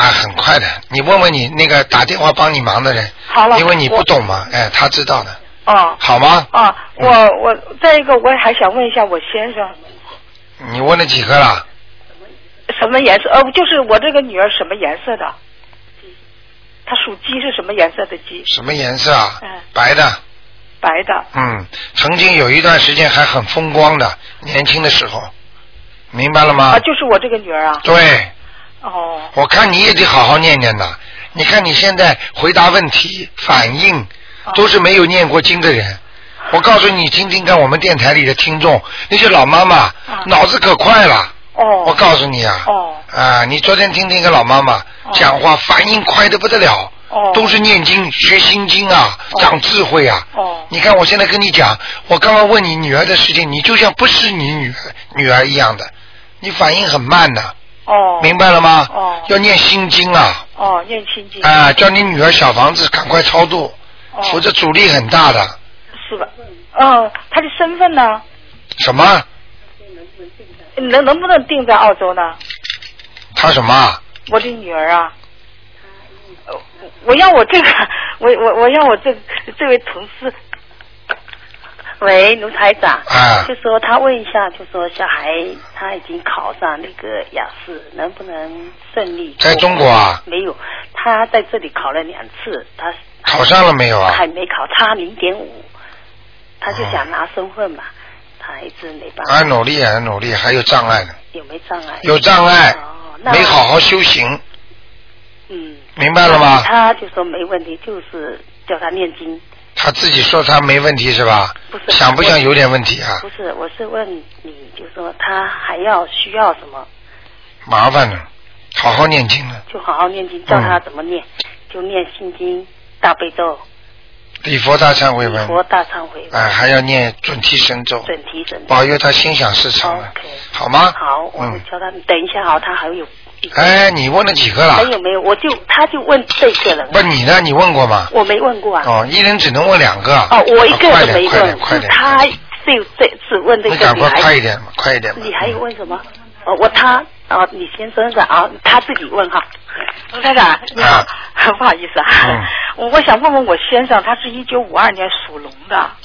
Speaker 1: 啊，很快的，你问问你那个打电话帮你忙的人，
Speaker 3: 好了，
Speaker 1: 因为你不
Speaker 3: 我
Speaker 1: 懂嘛，哎，他知道的，
Speaker 3: 哦
Speaker 1: 好吗？
Speaker 3: 哦，
Speaker 1: 嗯
Speaker 3: 我我再一个，我还想问一下我先生
Speaker 1: 你问了几个了？
Speaker 3: 什么颜色？呃，就是我这个女儿什么颜色的？
Speaker 9: 它属鸡是什么颜色的鸡？
Speaker 1: 什么颜色啊？
Speaker 9: 嗯，
Speaker 1: 白的，
Speaker 9: 白的。
Speaker 1: 嗯，曾经有一段时间还很风光的，年轻的时候，明白了吗？
Speaker 9: 啊，就是我这个女儿啊。
Speaker 1: 对，
Speaker 9: 哦，
Speaker 1: 我看你也得好好念念呐。你看你现在回答问题、反应，
Speaker 9: 哦
Speaker 1: 都是没有念过经的人。我告诉你，听听看我们电台里的听众，那些老妈妈脑子可快了。
Speaker 9: 哦。
Speaker 1: 我告诉你啊，
Speaker 9: 哦
Speaker 1: 啊，你昨天听听一个老妈妈讲话，反应快的不得了。
Speaker 9: 哦。
Speaker 1: 都是念经、学心经啊，长智慧啊。
Speaker 9: 哦。
Speaker 1: 你看我现在跟你讲，我刚刚问你女儿的事情，你就像不是你女儿女儿一样的，你反应很慢呐、
Speaker 9: 哦。
Speaker 1: 明白了吗？
Speaker 9: 哦
Speaker 1: 要念心经啊，
Speaker 9: 哦，念心经。
Speaker 1: 啊，叫你女儿小房子赶快超度，
Speaker 9: 哦
Speaker 1: 否则阻力很大的。
Speaker 9: 是吧？嗯，她的身份呢？
Speaker 1: 什么？
Speaker 9: 能能不能定在澳洲呢？
Speaker 1: 她什么啊？
Speaker 9: 我的女儿啊。呃我要我这个，我我我要我这这位同事。喂，卢台长，
Speaker 1: 啊
Speaker 9: 就说他问一下，就说小孩他已经考上那个雅思，能不能顺利？
Speaker 1: 在中国啊？
Speaker 9: 没有，他在这里考了两次，他
Speaker 1: 考上了没有啊？
Speaker 9: 还没考，差零点五，他就想拿身份嘛，他一直没办法，
Speaker 1: 还努力啊，还努力，还有障碍呢，
Speaker 9: 有没障碍？
Speaker 1: 有障碍
Speaker 9: 哦，那
Speaker 1: 没好好修行，
Speaker 9: 嗯，
Speaker 1: 明白了吗？
Speaker 9: 他就说没问题，就是叫他念经，
Speaker 1: 她自己说她没问题是吧？
Speaker 9: 不是
Speaker 1: 想不想有点问题啊
Speaker 9: 不？是，我是问你，就说他还要需要什么，
Speaker 1: 麻烦呢，好好念经呢，
Speaker 9: 就好好念经，教他怎么
Speaker 1: 嗯
Speaker 9: 念，就念心经、大悲咒、
Speaker 1: 礼佛大忏悔
Speaker 9: 礼
Speaker 1: 文，
Speaker 9: 佛大忏悔、
Speaker 1: 啊，还要念准提神咒，
Speaker 9: 准提神咒。
Speaker 1: 保佑她心想事成了，
Speaker 9: OK，
Speaker 1: 好吗？
Speaker 9: 好，我就
Speaker 1: 嗯，
Speaker 9: 教他。等一下啊，他还有
Speaker 1: 哎，你问了几个
Speaker 9: 还
Speaker 1: 了？
Speaker 9: 有没有？我就他就问这个人，
Speaker 1: 问你呢？你问过吗？
Speaker 9: 我没问过啊。
Speaker 1: 哦，一人只能问两个。
Speaker 9: 哦，我一个
Speaker 1: 啊快
Speaker 9: 人
Speaker 1: 点
Speaker 9: 没
Speaker 1: 快点
Speaker 9: 问，
Speaker 1: 快
Speaker 9: 是
Speaker 1: 点！
Speaker 9: 他就这只问这
Speaker 1: 你
Speaker 9: 个
Speaker 1: 赶
Speaker 9: 女
Speaker 1: 快快
Speaker 9: 孩
Speaker 1: 一。点嘛，快一点嘛。嗯
Speaker 9: 你还有问什么？哦，我他啊，李先生的啊，他自己问哈。卢台
Speaker 1: *laughs*
Speaker 9: 长，你好，不好意思啊，
Speaker 1: 嗯
Speaker 9: 我我想问问我先生，他是一九五二年属龙的，
Speaker 1: 啊，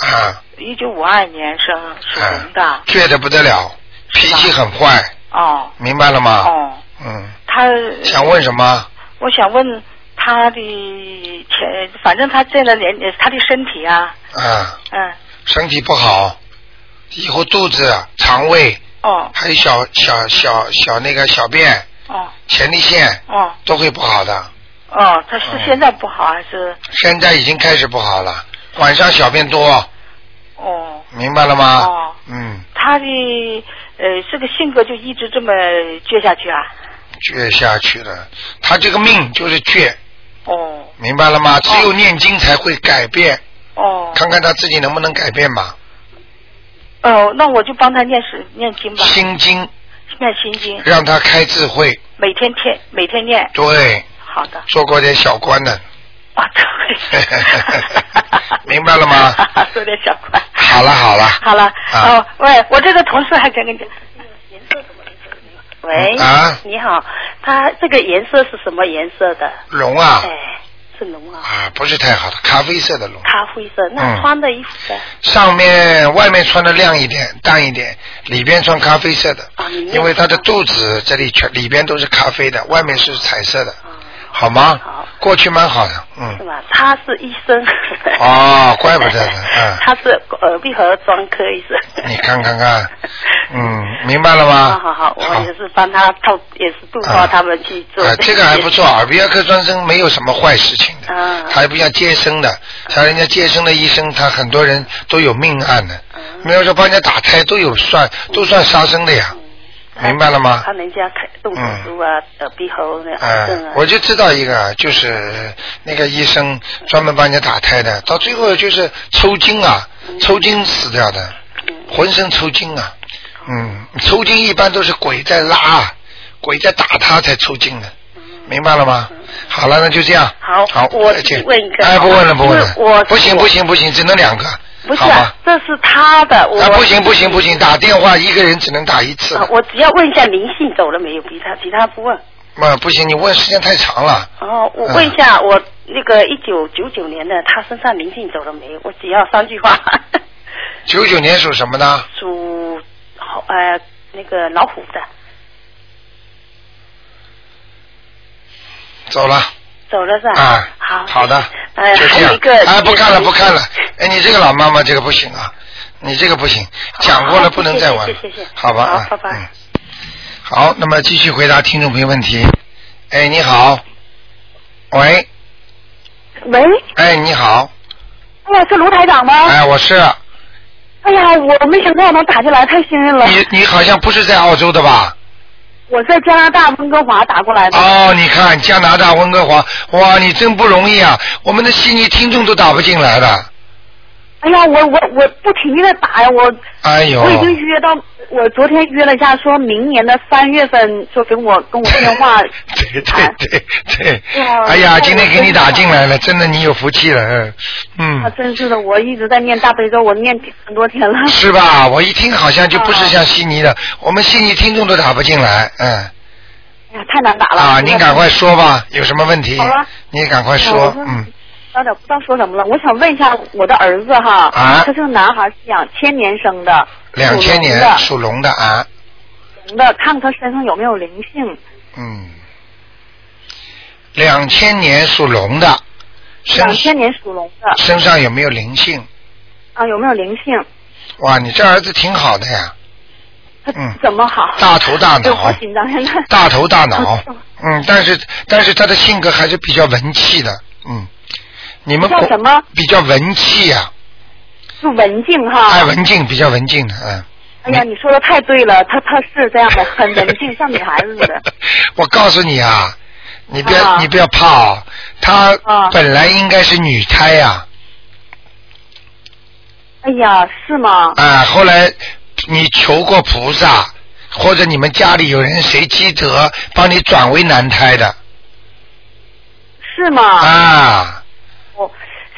Speaker 9: 一九五二年生属
Speaker 1: 哎
Speaker 9: 龙的，
Speaker 1: 倔得不得了，脾气很坏，
Speaker 9: 哦
Speaker 1: 明白了吗？
Speaker 9: 哦，
Speaker 1: 嗯，
Speaker 9: 他
Speaker 1: 想问什么？
Speaker 9: 我想问他的前，反正他现在年他的身体啊，
Speaker 1: 啊，
Speaker 9: 嗯，
Speaker 1: 身体不好，以后肚子、啊肠胃
Speaker 9: 哦
Speaker 1: 还有小小小小那个小便、
Speaker 9: 哦
Speaker 1: 前列腺
Speaker 9: 哦
Speaker 1: 都会不好的。
Speaker 9: 哦，他是
Speaker 1: 嗯
Speaker 9: 现在不好还是
Speaker 1: 现在已经开始不好了，晚上小便多，
Speaker 9: 哦？
Speaker 1: 明白了吗？
Speaker 9: 哦
Speaker 1: 嗯，
Speaker 9: 他的呃这个性格就一直这么倔下去啊？
Speaker 1: 倔下去了，他这个命就是倔。
Speaker 9: 哦
Speaker 1: 明白了吗？只有念经才会改变，
Speaker 9: 哦
Speaker 1: 看看他自己能不能改变吧。
Speaker 9: 哦，那我就帮他念是念经吧，
Speaker 1: 心经
Speaker 9: 念心经，
Speaker 1: 让他开智慧，
Speaker 9: 每天天每天念。
Speaker 1: 对，
Speaker 9: 好的，
Speaker 1: 做过点小官的，。
Speaker 9: 啊对 *laughs*
Speaker 1: 明白了吗
Speaker 9: 说点小话。
Speaker 1: 好了好了
Speaker 9: 好了。
Speaker 1: 啊
Speaker 9: 哦，喂，我这个同事还跟跟讲。喂，
Speaker 1: 啊
Speaker 9: 你好，他这个颜色是什么颜色的？
Speaker 1: 龙啊
Speaker 9: 哎，是龙啊，
Speaker 1: 啊不是太好的，咖啡色的龙，
Speaker 9: 咖啡色。那
Speaker 1: 嗯
Speaker 9: 穿的衣服呢？
Speaker 1: 上面外面穿的亮一点、淡一点，里边穿咖啡色的
Speaker 9: 啊里，面
Speaker 1: 因为他的肚子这里全里边都是咖啡的，外面是彩色的，
Speaker 9: 啊
Speaker 1: 好吗
Speaker 9: 好？
Speaker 1: 过去蛮好的，
Speaker 9: 是 *laughs*
Speaker 1: 嗯，
Speaker 9: 吧？他是医生。
Speaker 1: 哦怪不得呢嗯
Speaker 9: *laughs* 他是呃耳鼻喉专科医生。
Speaker 1: 你看看
Speaker 9: *laughs*
Speaker 1: 看，嗯，明白了吗？
Speaker 9: 哦
Speaker 1: 嗯
Speaker 9: 好好好，我也是帮他透，也是度化他们去做。
Speaker 1: 啊，这个还不错，耳鼻喉科专生没有什么坏事情的，
Speaker 9: 啊
Speaker 1: 他还不像接生的，像人家接生的医生，他很多人都有命案的，没有说帮人家打胎都有算，都算杀生的呀，明白了吗？
Speaker 9: 他人家开动手术啊，耳鼻喉那癌症
Speaker 1: 嗯
Speaker 9: 啊，。
Speaker 1: 我就知道一个，就是那个医生专门帮人家打胎的，到最后就是抽筋啊，
Speaker 9: 嗯
Speaker 1: 抽筋死掉的，浑身抽筋啊，嗯，抽筋一般都是鬼在拉，鬼在打他才抽筋的，明白了吗？好了，那就这样。
Speaker 9: 好
Speaker 1: 好，
Speaker 9: 我
Speaker 1: 再见
Speaker 9: 自己问一个
Speaker 1: 哎，不问了，不问了
Speaker 9: 因为我，
Speaker 1: 不行不行不行，只能两个，
Speaker 9: 不是
Speaker 1: 好吗
Speaker 9: 啊？，这是他的，我
Speaker 1: 啊，不行不行不行，打电话一个人只能打一次
Speaker 9: 啊。我只要问一下灵性走了没有，其他其他不问。
Speaker 1: 嘛，嗯不行，你问时间太长了。
Speaker 9: 哦，我问一下，我那个一九九九年的，他身上灵性走了没有？我只要三句话。 *laughs*
Speaker 1: 九九年属什么呢？
Speaker 9: 属好呃那个老虎的
Speaker 1: 走了。
Speaker 9: 走了是吧？
Speaker 1: 啊
Speaker 9: 好，
Speaker 1: 好的，
Speaker 9: 呃，
Speaker 1: 就
Speaker 9: 还
Speaker 1: 这
Speaker 9: 有
Speaker 1: 样
Speaker 9: 一个，。
Speaker 1: 哎，不看了不看了，哎，你这个老妈妈这个不行啊，你这个不行，讲过了
Speaker 9: 好
Speaker 1: 不能再玩了
Speaker 9: 谢谢谢谢谢谢，
Speaker 1: 好吧啊，
Speaker 9: 好拜拜
Speaker 1: 嗯。好，那么继续回答听众朋友问题。哎，你好，喂，
Speaker 5: 喂，
Speaker 1: 哎，你好，
Speaker 5: 哎呀，是卢台
Speaker 9: 啊
Speaker 5: 长吗？
Speaker 1: 哎，我是
Speaker 9: 嗯
Speaker 5: 哎呀，我没想到能打进来，太幸运了。
Speaker 1: 你，你好像不是在澳洲的吧？
Speaker 5: 我在加拿大温哥华打过来的。
Speaker 1: 哦，你看加拿大温哥华，哇，你真不容易啊！我们的悉尼听众都打不进来了，
Speaker 5: 哎呀，我我我不停的打呀，我
Speaker 1: 哎呦，
Speaker 5: 我已经约到，我昨天约了一下，说明年的三月份说给我跟我电话。
Speaker 1: *laughs* 对对对对
Speaker 5: 哇，
Speaker 1: 哎呀，今天给你打
Speaker 5: 真的
Speaker 1: 进来了，真的你有福气了，嗯
Speaker 5: 啊，
Speaker 1: 嗯，
Speaker 5: 真是的，我一直在念大悲咒，我念很多天了。哎
Speaker 1: 是吧？我一听好像就不是
Speaker 5: 啊
Speaker 1: 像悉尼的，我们悉尼听众都打不进来，嗯
Speaker 5: 哎呀，太难打了。
Speaker 1: 啊，
Speaker 5: 真的
Speaker 1: 您赶快说吧，有什么问题
Speaker 5: 好啊？
Speaker 1: 你赶快
Speaker 5: 啊我
Speaker 1: 说，
Speaker 5: 说
Speaker 1: 嗯，
Speaker 5: 有点不知道说什么了。我想问一下我的儿子哈，
Speaker 1: 啊
Speaker 5: 他是个男孩，是两千年生的，
Speaker 1: 两千
Speaker 5: 属龙
Speaker 1: 年
Speaker 5: 的
Speaker 1: 属龙的啊，
Speaker 5: 灵的，看看他身上有没有灵性。
Speaker 1: 嗯，两千年属龙的，身
Speaker 5: 两千年属龙的
Speaker 1: 身上有没有灵性？
Speaker 5: 啊，有没有灵性？
Speaker 1: 哇，你这儿子挺好的呀，
Speaker 5: 他
Speaker 1: 嗯
Speaker 5: 怎么好？
Speaker 1: 大头大
Speaker 5: 对，好
Speaker 1: 脑。
Speaker 5: 紧张，
Speaker 1: *laughs*
Speaker 5: 现在。
Speaker 1: 大头大
Speaker 5: 哦
Speaker 1: 脑，嗯，但是但是他的性格还是比较文气的，嗯，你们
Speaker 5: 叫
Speaker 1: 国
Speaker 5: 什么？
Speaker 1: 比较文气呀、
Speaker 5: 是文静
Speaker 1: 爱
Speaker 5: 哈。
Speaker 1: 文静，比较文静的，嗯。
Speaker 5: 哎呀，你说的太对了，他他是这样的，很文静，像女孩子似的。
Speaker 1: *laughs* 我告诉你啊，你不要、
Speaker 5: 嗯啊
Speaker 1: 你不要怕哦，她
Speaker 5: 啊
Speaker 1: 本来应该是女胎啊呀、
Speaker 5: 哎呀，是吗
Speaker 1: 啊，？后来你求过菩萨，或者你们家里有人谁积德帮你转为男胎的
Speaker 5: 是吗？
Speaker 1: 啊，
Speaker 5: 我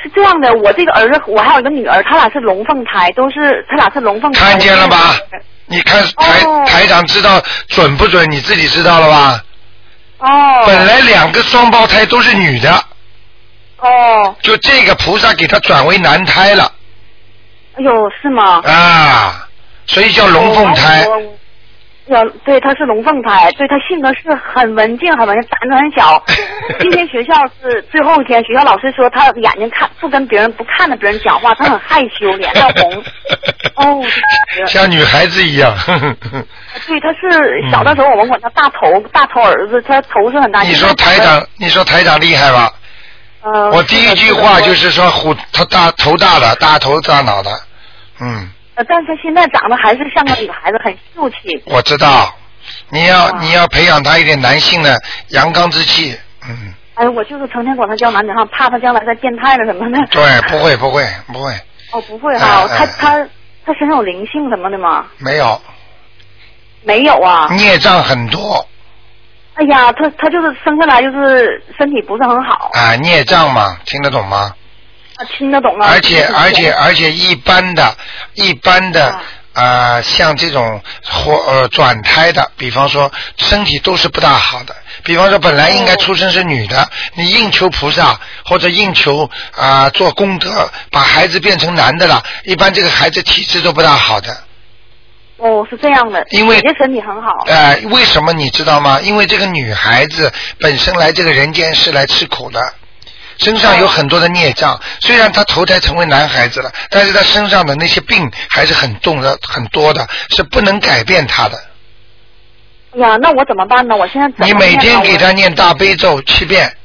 Speaker 5: 是这样的，我这个儿子，我还有一个女儿，他俩是龙凤胎，都是他俩是龙凤胎。
Speaker 1: 看见了吧？你看台、
Speaker 5: 嗯哦
Speaker 1: 台长知道准不准？你自己知道了吧？
Speaker 5: 哦。
Speaker 1: 本来两个双胞胎都是女的，
Speaker 5: 哦，
Speaker 1: 就这个菩萨给他转为男胎了
Speaker 5: 哎呦，是吗？
Speaker 1: 啊，所以叫龙凤胎。。
Speaker 5: 哦。要对，他是龙凤胎，对他性格是很文静，很文静，胆子很小今天学校是最后一天，学校老师说他眼睛看不跟别人不看着别人讲话，他很害羞，脸要红。哦，这个
Speaker 1: 像女孩子一样。呵呵呵
Speaker 5: 啊对，他是小的时候我们管他大头大头儿子，他头是很大。
Speaker 1: 你说台长，你说台长厉害吧？
Speaker 5: 呃，
Speaker 1: 我第一句话就是是说虎，他大头大的，大头大脑的，嗯，
Speaker 5: 的，呃但是现在长得还是像个女孩子，很秀气。
Speaker 1: 我知道。你要
Speaker 5: 啊
Speaker 1: 你要培养他一点男性的阳刚之气，嗯，
Speaker 5: 哎，我就是成天管他叫男女汉，怕他将来再变态了什么的。 *laughs*
Speaker 1: 对，不会不会不会，
Speaker 5: 哦，不会哈、
Speaker 1: 哎哎
Speaker 5: 他他他身上有灵性什么的吗？
Speaker 1: 没有
Speaker 5: 没有啊。
Speaker 1: 孽障很多
Speaker 5: 哎呀，他他就是生下来就是身体不是很好，
Speaker 1: 啊，孽障嘛，听得懂吗？
Speaker 5: 啊听得懂啊。
Speaker 1: 而且
Speaker 5: 就是
Speaker 1: 而且而且一般的，一般的
Speaker 5: 啊
Speaker 1: 啊、呃像这种或呃转胎的，比方说身体都是不大好的。比方说本
Speaker 5: 哦
Speaker 1: 来应该出生是女的，你硬求菩萨或者硬求啊、呃做功德，把孩子变成男的了，一般这个孩子体质都不大好的。
Speaker 5: 哦是这样的，
Speaker 1: 因为
Speaker 5: 姐姐身体很好，
Speaker 1: 呃，为什么你知道吗？因为这个女孩子本身来这个人间是来吃苦的，身上有很多的孽障。虽然她投胎成为男孩子了，但是她身上的那些病还是很重的、很多的，是不能改变她的。
Speaker 5: 哎呀，那我怎么办呢？我现在怎么
Speaker 1: 你每
Speaker 5: 念
Speaker 1: 天
Speaker 5: 呢
Speaker 1: 给她念大悲咒七遍、
Speaker 5: 我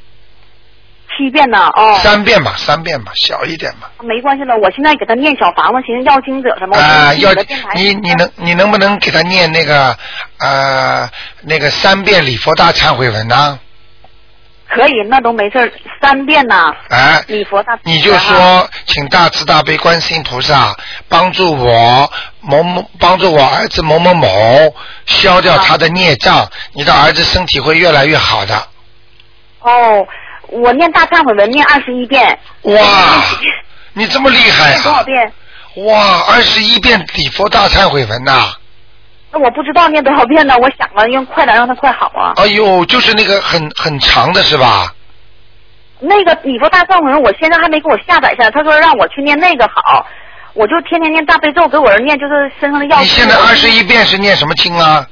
Speaker 5: 七遍呢，哦，
Speaker 1: 三遍吧，三遍吧，小一点吧。
Speaker 5: 没关系了，我现在给他念小房子，寻思要经者什么，
Speaker 1: 啊、
Speaker 5: 我
Speaker 1: 要
Speaker 5: 听的电台
Speaker 1: 你你能你能不能给她念那个呃那个三遍礼佛大忏悔文呢、
Speaker 5: 可以，那都没事儿，三遍呢，
Speaker 1: 啊，
Speaker 5: 礼佛大
Speaker 1: 你就说，请大慈大悲观世音菩萨帮助我某某，帮助我儿子某某某消掉他的孽障，你的儿子身体会越来越好的。
Speaker 5: 哦，我念大忏悔文念二十一遍，
Speaker 1: 哇，你这么厉害
Speaker 5: 念多少
Speaker 1: 啊！
Speaker 5: 遍？
Speaker 1: 哇，二十一遍礼佛大忏悔文呐、
Speaker 5: 那我不知道念多少遍呢，我想了，用快点让他快好啊。
Speaker 1: 哎呦，就是那个很很长的是吧？
Speaker 5: 那个你说大忏悔文，我先生还没给我下载下来，他说让我去念那个好，我就天天念大悲咒，给我儿念，就是身上的药。
Speaker 1: 你现在二十，一遍是念什么经啊？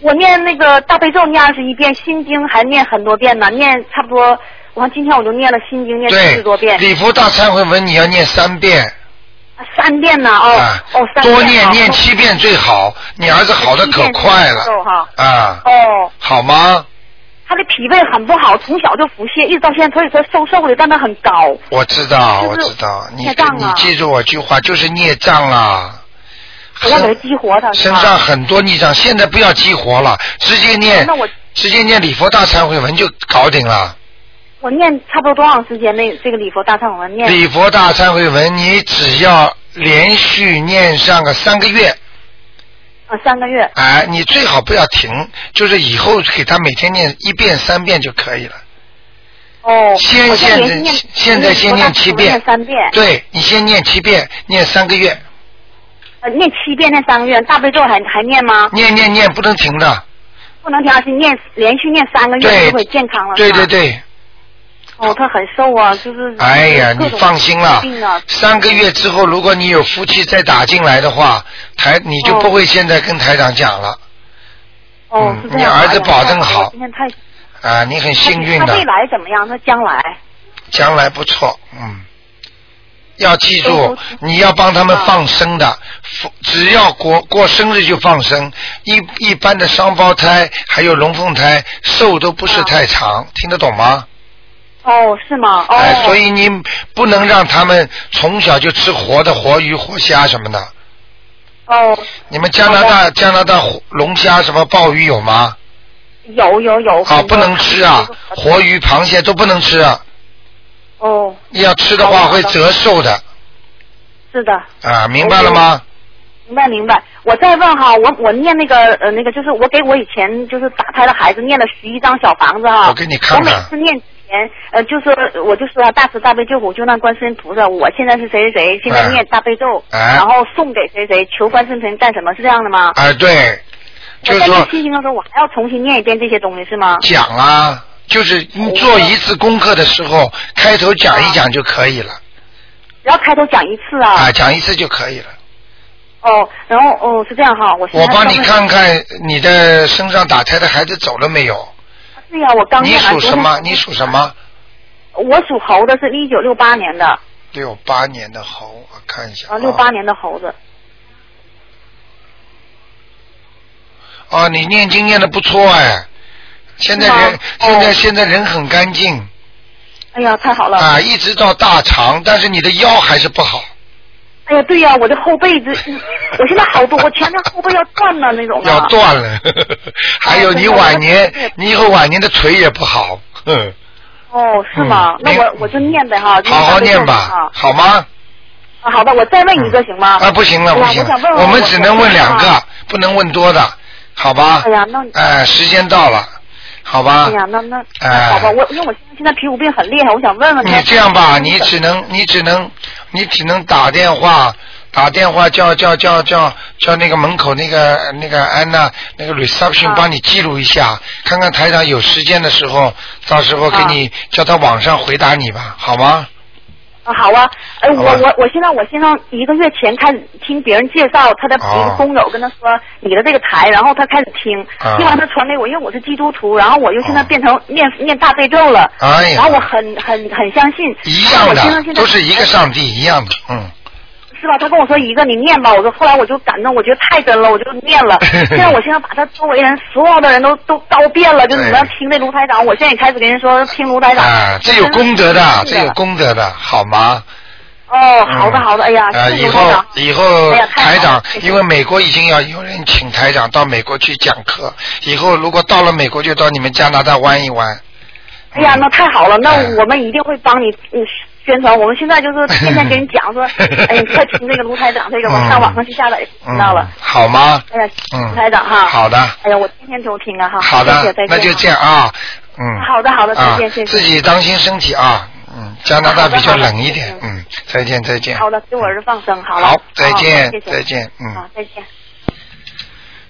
Speaker 5: 我念那个大悲咒念二十一遍，心经还念很多遍呢，念差不多完今天我就念了心经，念四
Speaker 1: 对
Speaker 5: 十多遍，，
Speaker 1: 礼佛大忏悔文你要念三遍
Speaker 5: 三遍呢，哦、
Speaker 1: 啊
Speaker 5: 哦，三遍
Speaker 1: 多念
Speaker 5: 啊
Speaker 1: 念七遍最好。你儿子好的可快
Speaker 5: 七遍最
Speaker 1: 了
Speaker 5: 好哈
Speaker 1: 啊，
Speaker 5: 哦，
Speaker 1: 好吗？
Speaker 5: 他的脾胃很不好，从小就腹泻，一直到现在，所以说瘦瘦的，但他很高。
Speaker 1: 我知道，我
Speaker 5: 就是
Speaker 1: 知道，你
Speaker 5: 孽障
Speaker 1: 你
Speaker 5: 啊
Speaker 1: 记住我句话，就是孽障啦。
Speaker 5: 我要给他激活他，是
Speaker 1: 身
Speaker 5: 吧
Speaker 1: 上很多孽障，现在不要激活了，直接念
Speaker 5: 哦那我，
Speaker 1: 直接念礼佛大忏悔文就搞定了。
Speaker 5: 我念差不多多长时间？那这个礼佛大忏悔文念
Speaker 1: 礼佛大忏悔文，你只要连续念上个三个月，
Speaker 5: 呃三个月。
Speaker 1: 哎，你最好不要停，就是以后给他每天念一遍、三遍就可以了。
Speaker 5: 哦，
Speaker 1: 先
Speaker 5: 我
Speaker 1: 现
Speaker 5: 连
Speaker 1: 在
Speaker 5: 续念
Speaker 1: 现在先念七遍
Speaker 5: 念三遍，
Speaker 1: 对你先念七遍，念三个月，
Speaker 5: 呃念七遍，念三个月，大悲咒还还念吗？
Speaker 1: 念念念不能停的。
Speaker 5: 不能停，是念连续念三个月
Speaker 1: 对
Speaker 5: 呃就会健康了。
Speaker 1: 对
Speaker 5: 是
Speaker 1: 对。
Speaker 5: 吧
Speaker 1: 对，
Speaker 5: 哦，他很瘦啊，就是。
Speaker 1: 哎呀，
Speaker 5: 各
Speaker 1: 你
Speaker 5: 种
Speaker 1: 放心了
Speaker 5: 病啊，
Speaker 1: 三个月之后，如果你有夫妻再打进来的话，台你就不会现在跟台长讲了
Speaker 5: 哦
Speaker 1: 嗯，
Speaker 5: 是这
Speaker 1: 你
Speaker 5: 样啊
Speaker 1: 儿子保证好
Speaker 5: 我今天太
Speaker 1: 啊，你很幸运
Speaker 5: 他他
Speaker 1: 的
Speaker 5: 未，来怎么样？他将来
Speaker 1: 将来不错，嗯。要记住
Speaker 5: 都，
Speaker 1: 你要帮他们
Speaker 5: 啊
Speaker 1: 放生的，放只要过过生日就放生。一一般的双胞胎还有龙凤胎寿都不是
Speaker 5: 啊
Speaker 1: 太长，听得懂吗？
Speaker 5: 哦是吗？哦。
Speaker 1: 哎，所以你不能让他们从小就吃活的活鱼、活虾什么的。
Speaker 5: 哦，
Speaker 1: 你们加拿大加拿大虎龙虾什么鲍鱼有吗？
Speaker 5: 有有有。
Speaker 1: 啊，不能吃啊，活鱼、螃蟹都不能吃啊，
Speaker 5: 哦，
Speaker 1: 要吃的话
Speaker 5: 好的
Speaker 1: 会折寿的
Speaker 5: 是的，
Speaker 1: 啊，明白了吗？
Speaker 5: 明白明白。我再问哈，我我念那个呃那个，就是我给我以前就是打胎的孩子念了十一张小房子哈。
Speaker 1: 我给你看
Speaker 5: 我每
Speaker 1: 看
Speaker 5: 次念之前，呃，就是我就说啊大慈大悲救苦救难观世音菩萨，我现在是谁谁谁，现在念大悲咒，
Speaker 1: 哎
Speaker 5: 然后送给谁谁，求观世音菩萨干什么？是这样的吗？
Speaker 1: 哎，对，就
Speaker 5: 我
Speaker 1: 是
Speaker 5: 哦在念
Speaker 1: 说
Speaker 5: 心经的时候，我还要重新念一遍这些东西是吗？
Speaker 1: 讲啊，就是你做一次功课的时候，开头讲一讲就可以了
Speaker 5: 只要开头讲一次啊。
Speaker 1: 啊，讲一次就可以了。
Speaker 5: 哦，然后哦是这样哈，我现在
Speaker 1: 我帮你
Speaker 5: 刚
Speaker 1: 看看你的身上打胎的孩子走了没有？
Speaker 5: 对呀、我刚
Speaker 1: 你
Speaker 5: 念完
Speaker 1: 属什么？你属什么？
Speaker 5: 我属猴的，是一九六八年的，
Speaker 1: 六八年的猴，我看一下
Speaker 5: 啊，六八年的猴子。
Speaker 1: 哦，你念经念的不错哎，现在
Speaker 5: 是吗
Speaker 1: 人、
Speaker 5: 哦
Speaker 1: 现在现在人很干净
Speaker 5: 哎呀，太好了！
Speaker 1: 啊，一直到大肠，但是你的腰还是不好，
Speaker 5: 哎呀，对呀、我的后背子，我现在好多，我前面后背要断了那种的。
Speaker 1: 腰断
Speaker 5: *laughs*
Speaker 1: 了，还有你
Speaker 5: 真的
Speaker 1: 晚年
Speaker 5: 我是，
Speaker 1: 你以后晚年的腿也不好，哼，
Speaker 5: 哦，是吗？
Speaker 1: 嗯
Speaker 5: 那我我就念呗哈。就是
Speaker 1: 好好
Speaker 5: 大悲咒
Speaker 1: 念
Speaker 5: 啊
Speaker 1: 吧，好吗？
Speaker 5: 啊，好的，我再问一个行吗？
Speaker 1: 啊，不行了，
Speaker 5: 哎
Speaker 1: 不
Speaker 5: 呀
Speaker 1: 行
Speaker 5: 我想问
Speaker 1: 了，我
Speaker 5: 问
Speaker 1: 们
Speaker 5: 我
Speaker 1: 只能问两
Speaker 5: 我
Speaker 1: 个，不能问多的，好吧
Speaker 5: 哎？呀，那
Speaker 1: 哎，时间到了，好吧？
Speaker 5: 哎呀，那那
Speaker 1: 哎
Speaker 5: 好吧，我因为我现在现在皮肤病很厉害，我想问问他。
Speaker 1: 你这样吧，你只能你只能你只能打电话打电话叫叫叫叫叫那个门口那个那个安娜那个 reception
Speaker 5: 啊
Speaker 1: 帮你记录一下，看看台长有时间的时候，到时候给你叫他网上回答你吧，好吗？
Speaker 5: 啊，好啊，哎，我
Speaker 1: 好吧
Speaker 5: 我我现在我先生一个月前开始听别人介绍，他的一
Speaker 1: 哦
Speaker 5: 个工友跟他说你的这个台，然后他开始听，
Speaker 1: 啊
Speaker 5: 听完他传给我，因为我是基督徒，然后我就现在
Speaker 1: 哦
Speaker 5: 变成念、念大悲咒了，
Speaker 1: 哎
Speaker 5: 然后我
Speaker 1: 呀，
Speaker 5: 很很很相信，
Speaker 1: 一
Speaker 5: 然
Speaker 1: 样
Speaker 5: 后我先生现
Speaker 1: 的，
Speaker 5: 在
Speaker 1: 都是一个上帝一样的，嗯。。
Speaker 5: 是吧？他跟我说一个你念吧，我说后来我就感动，我觉得太真了，我就念了
Speaker 1: *laughs*
Speaker 5: 现在我现在把他周围人所有的人都都告遍了，就是你们要
Speaker 1: 哎
Speaker 5: 听那卢台长，我现在也开始跟人说听卢台长，
Speaker 1: 啊，这有功德的，
Speaker 5: 真
Speaker 1: 这
Speaker 5: 的
Speaker 1: 有功德的，好吗？
Speaker 5: 哦，好的
Speaker 1: 嗯
Speaker 5: 好的，哎呀，
Speaker 1: 呃，
Speaker 5: 谢
Speaker 1: 以
Speaker 5: 谢卢台
Speaker 1: 后
Speaker 5: 长。
Speaker 1: 以后
Speaker 5: 哎呀太好
Speaker 1: 台长
Speaker 5: 了，谢谢
Speaker 1: 因为美国已经要有人请台长到美国去讲课，以后如果到了美国就到你们加拿大弯一弯。
Speaker 5: 哎呀，那太好了，那
Speaker 1: 哎，
Speaker 5: 我们一定会帮你嗯宣传。我们现在就是天天给你讲说哎，你快听这个卢台长这个吧，
Speaker 1: 嗯
Speaker 5: 我上网上去下载就
Speaker 1: 嗯
Speaker 5: 听到了。，
Speaker 1: 好吗？
Speaker 5: 哎呀，
Speaker 1: 嗯
Speaker 5: 卢台长哈，
Speaker 1: 好的，
Speaker 5: 哎呀，我天天都听啊哈。
Speaker 1: 好
Speaker 5: 谢
Speaker 1: 的
Speaker 5: 谢再，见
Speaker 1: 那就这样啊，嗯。
Speaker 5: 好的好的，再
Speaker 1: 啊
Speaker 5: 见，谢，谢
Speaker 1: 自。己当心身体啊，嗯，加拿大
Speaker 5: 好的
Speaker 1: 比较
Speaker 5: 好的
Speaker 1: 冷一点
Speaker 5: 谢，谢
Speaker 1: 嗯，再见再见。
Speaker 5: 好的，给我儿子放生好了。哦
Speaker 1: 好，再
Speaker 5: 好
Speaker 1: 见
Speaker 5: 谢谢
Speaker 1: 再见，嗯。
Speaker 5: 好，再见。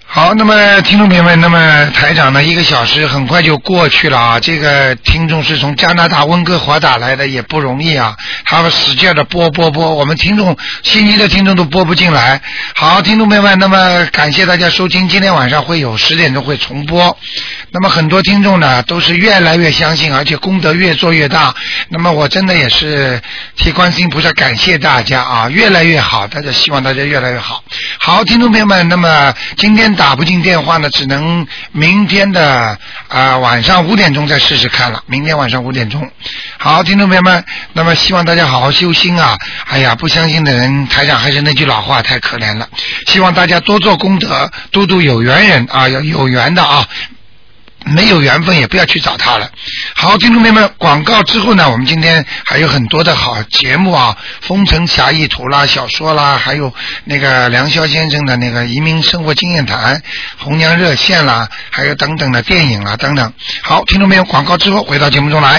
Speaker 1: 好，那么听众朋友们，那么台长呢，一个小时很快就过去了啊。这个听众是从加拿大温哥华打来的，也不容易啊。他们使劲的播播播，我们听众悉尼的听众都播不进来。好，听众朋友们，那么感谢大家收听，今天晚上会有十点钟会重播。那么很多听众呢，都是越来越相信，而且功德越做越大。那么我真的也是替观世音菩萨感谢大家啊，越来越好，大家希望大家越来越好。好，听众朋友们，那么今天打不进电话呢，只能明天的啊、呃晚上五点钟再试试看了。明天晚上五点钟。好，听众朋友们，那么希望大家好好修心啊！哎呀，不相信的人，台长还是那句老话，太可怜了。希望大家多做功德，度度有缘人啊，有有缘的啊。没有缘分也不要去找他了。好，听众朋友们，广告之后呢，我们今天还有很多的好节目啊，《风城侠义图》啦、小说啦，还有那个梁霄先生的那个移民生活经验谈、啊红娘热线啦，还有等等的电影啦等等。好，听众朋友，广告之后回到节目中来。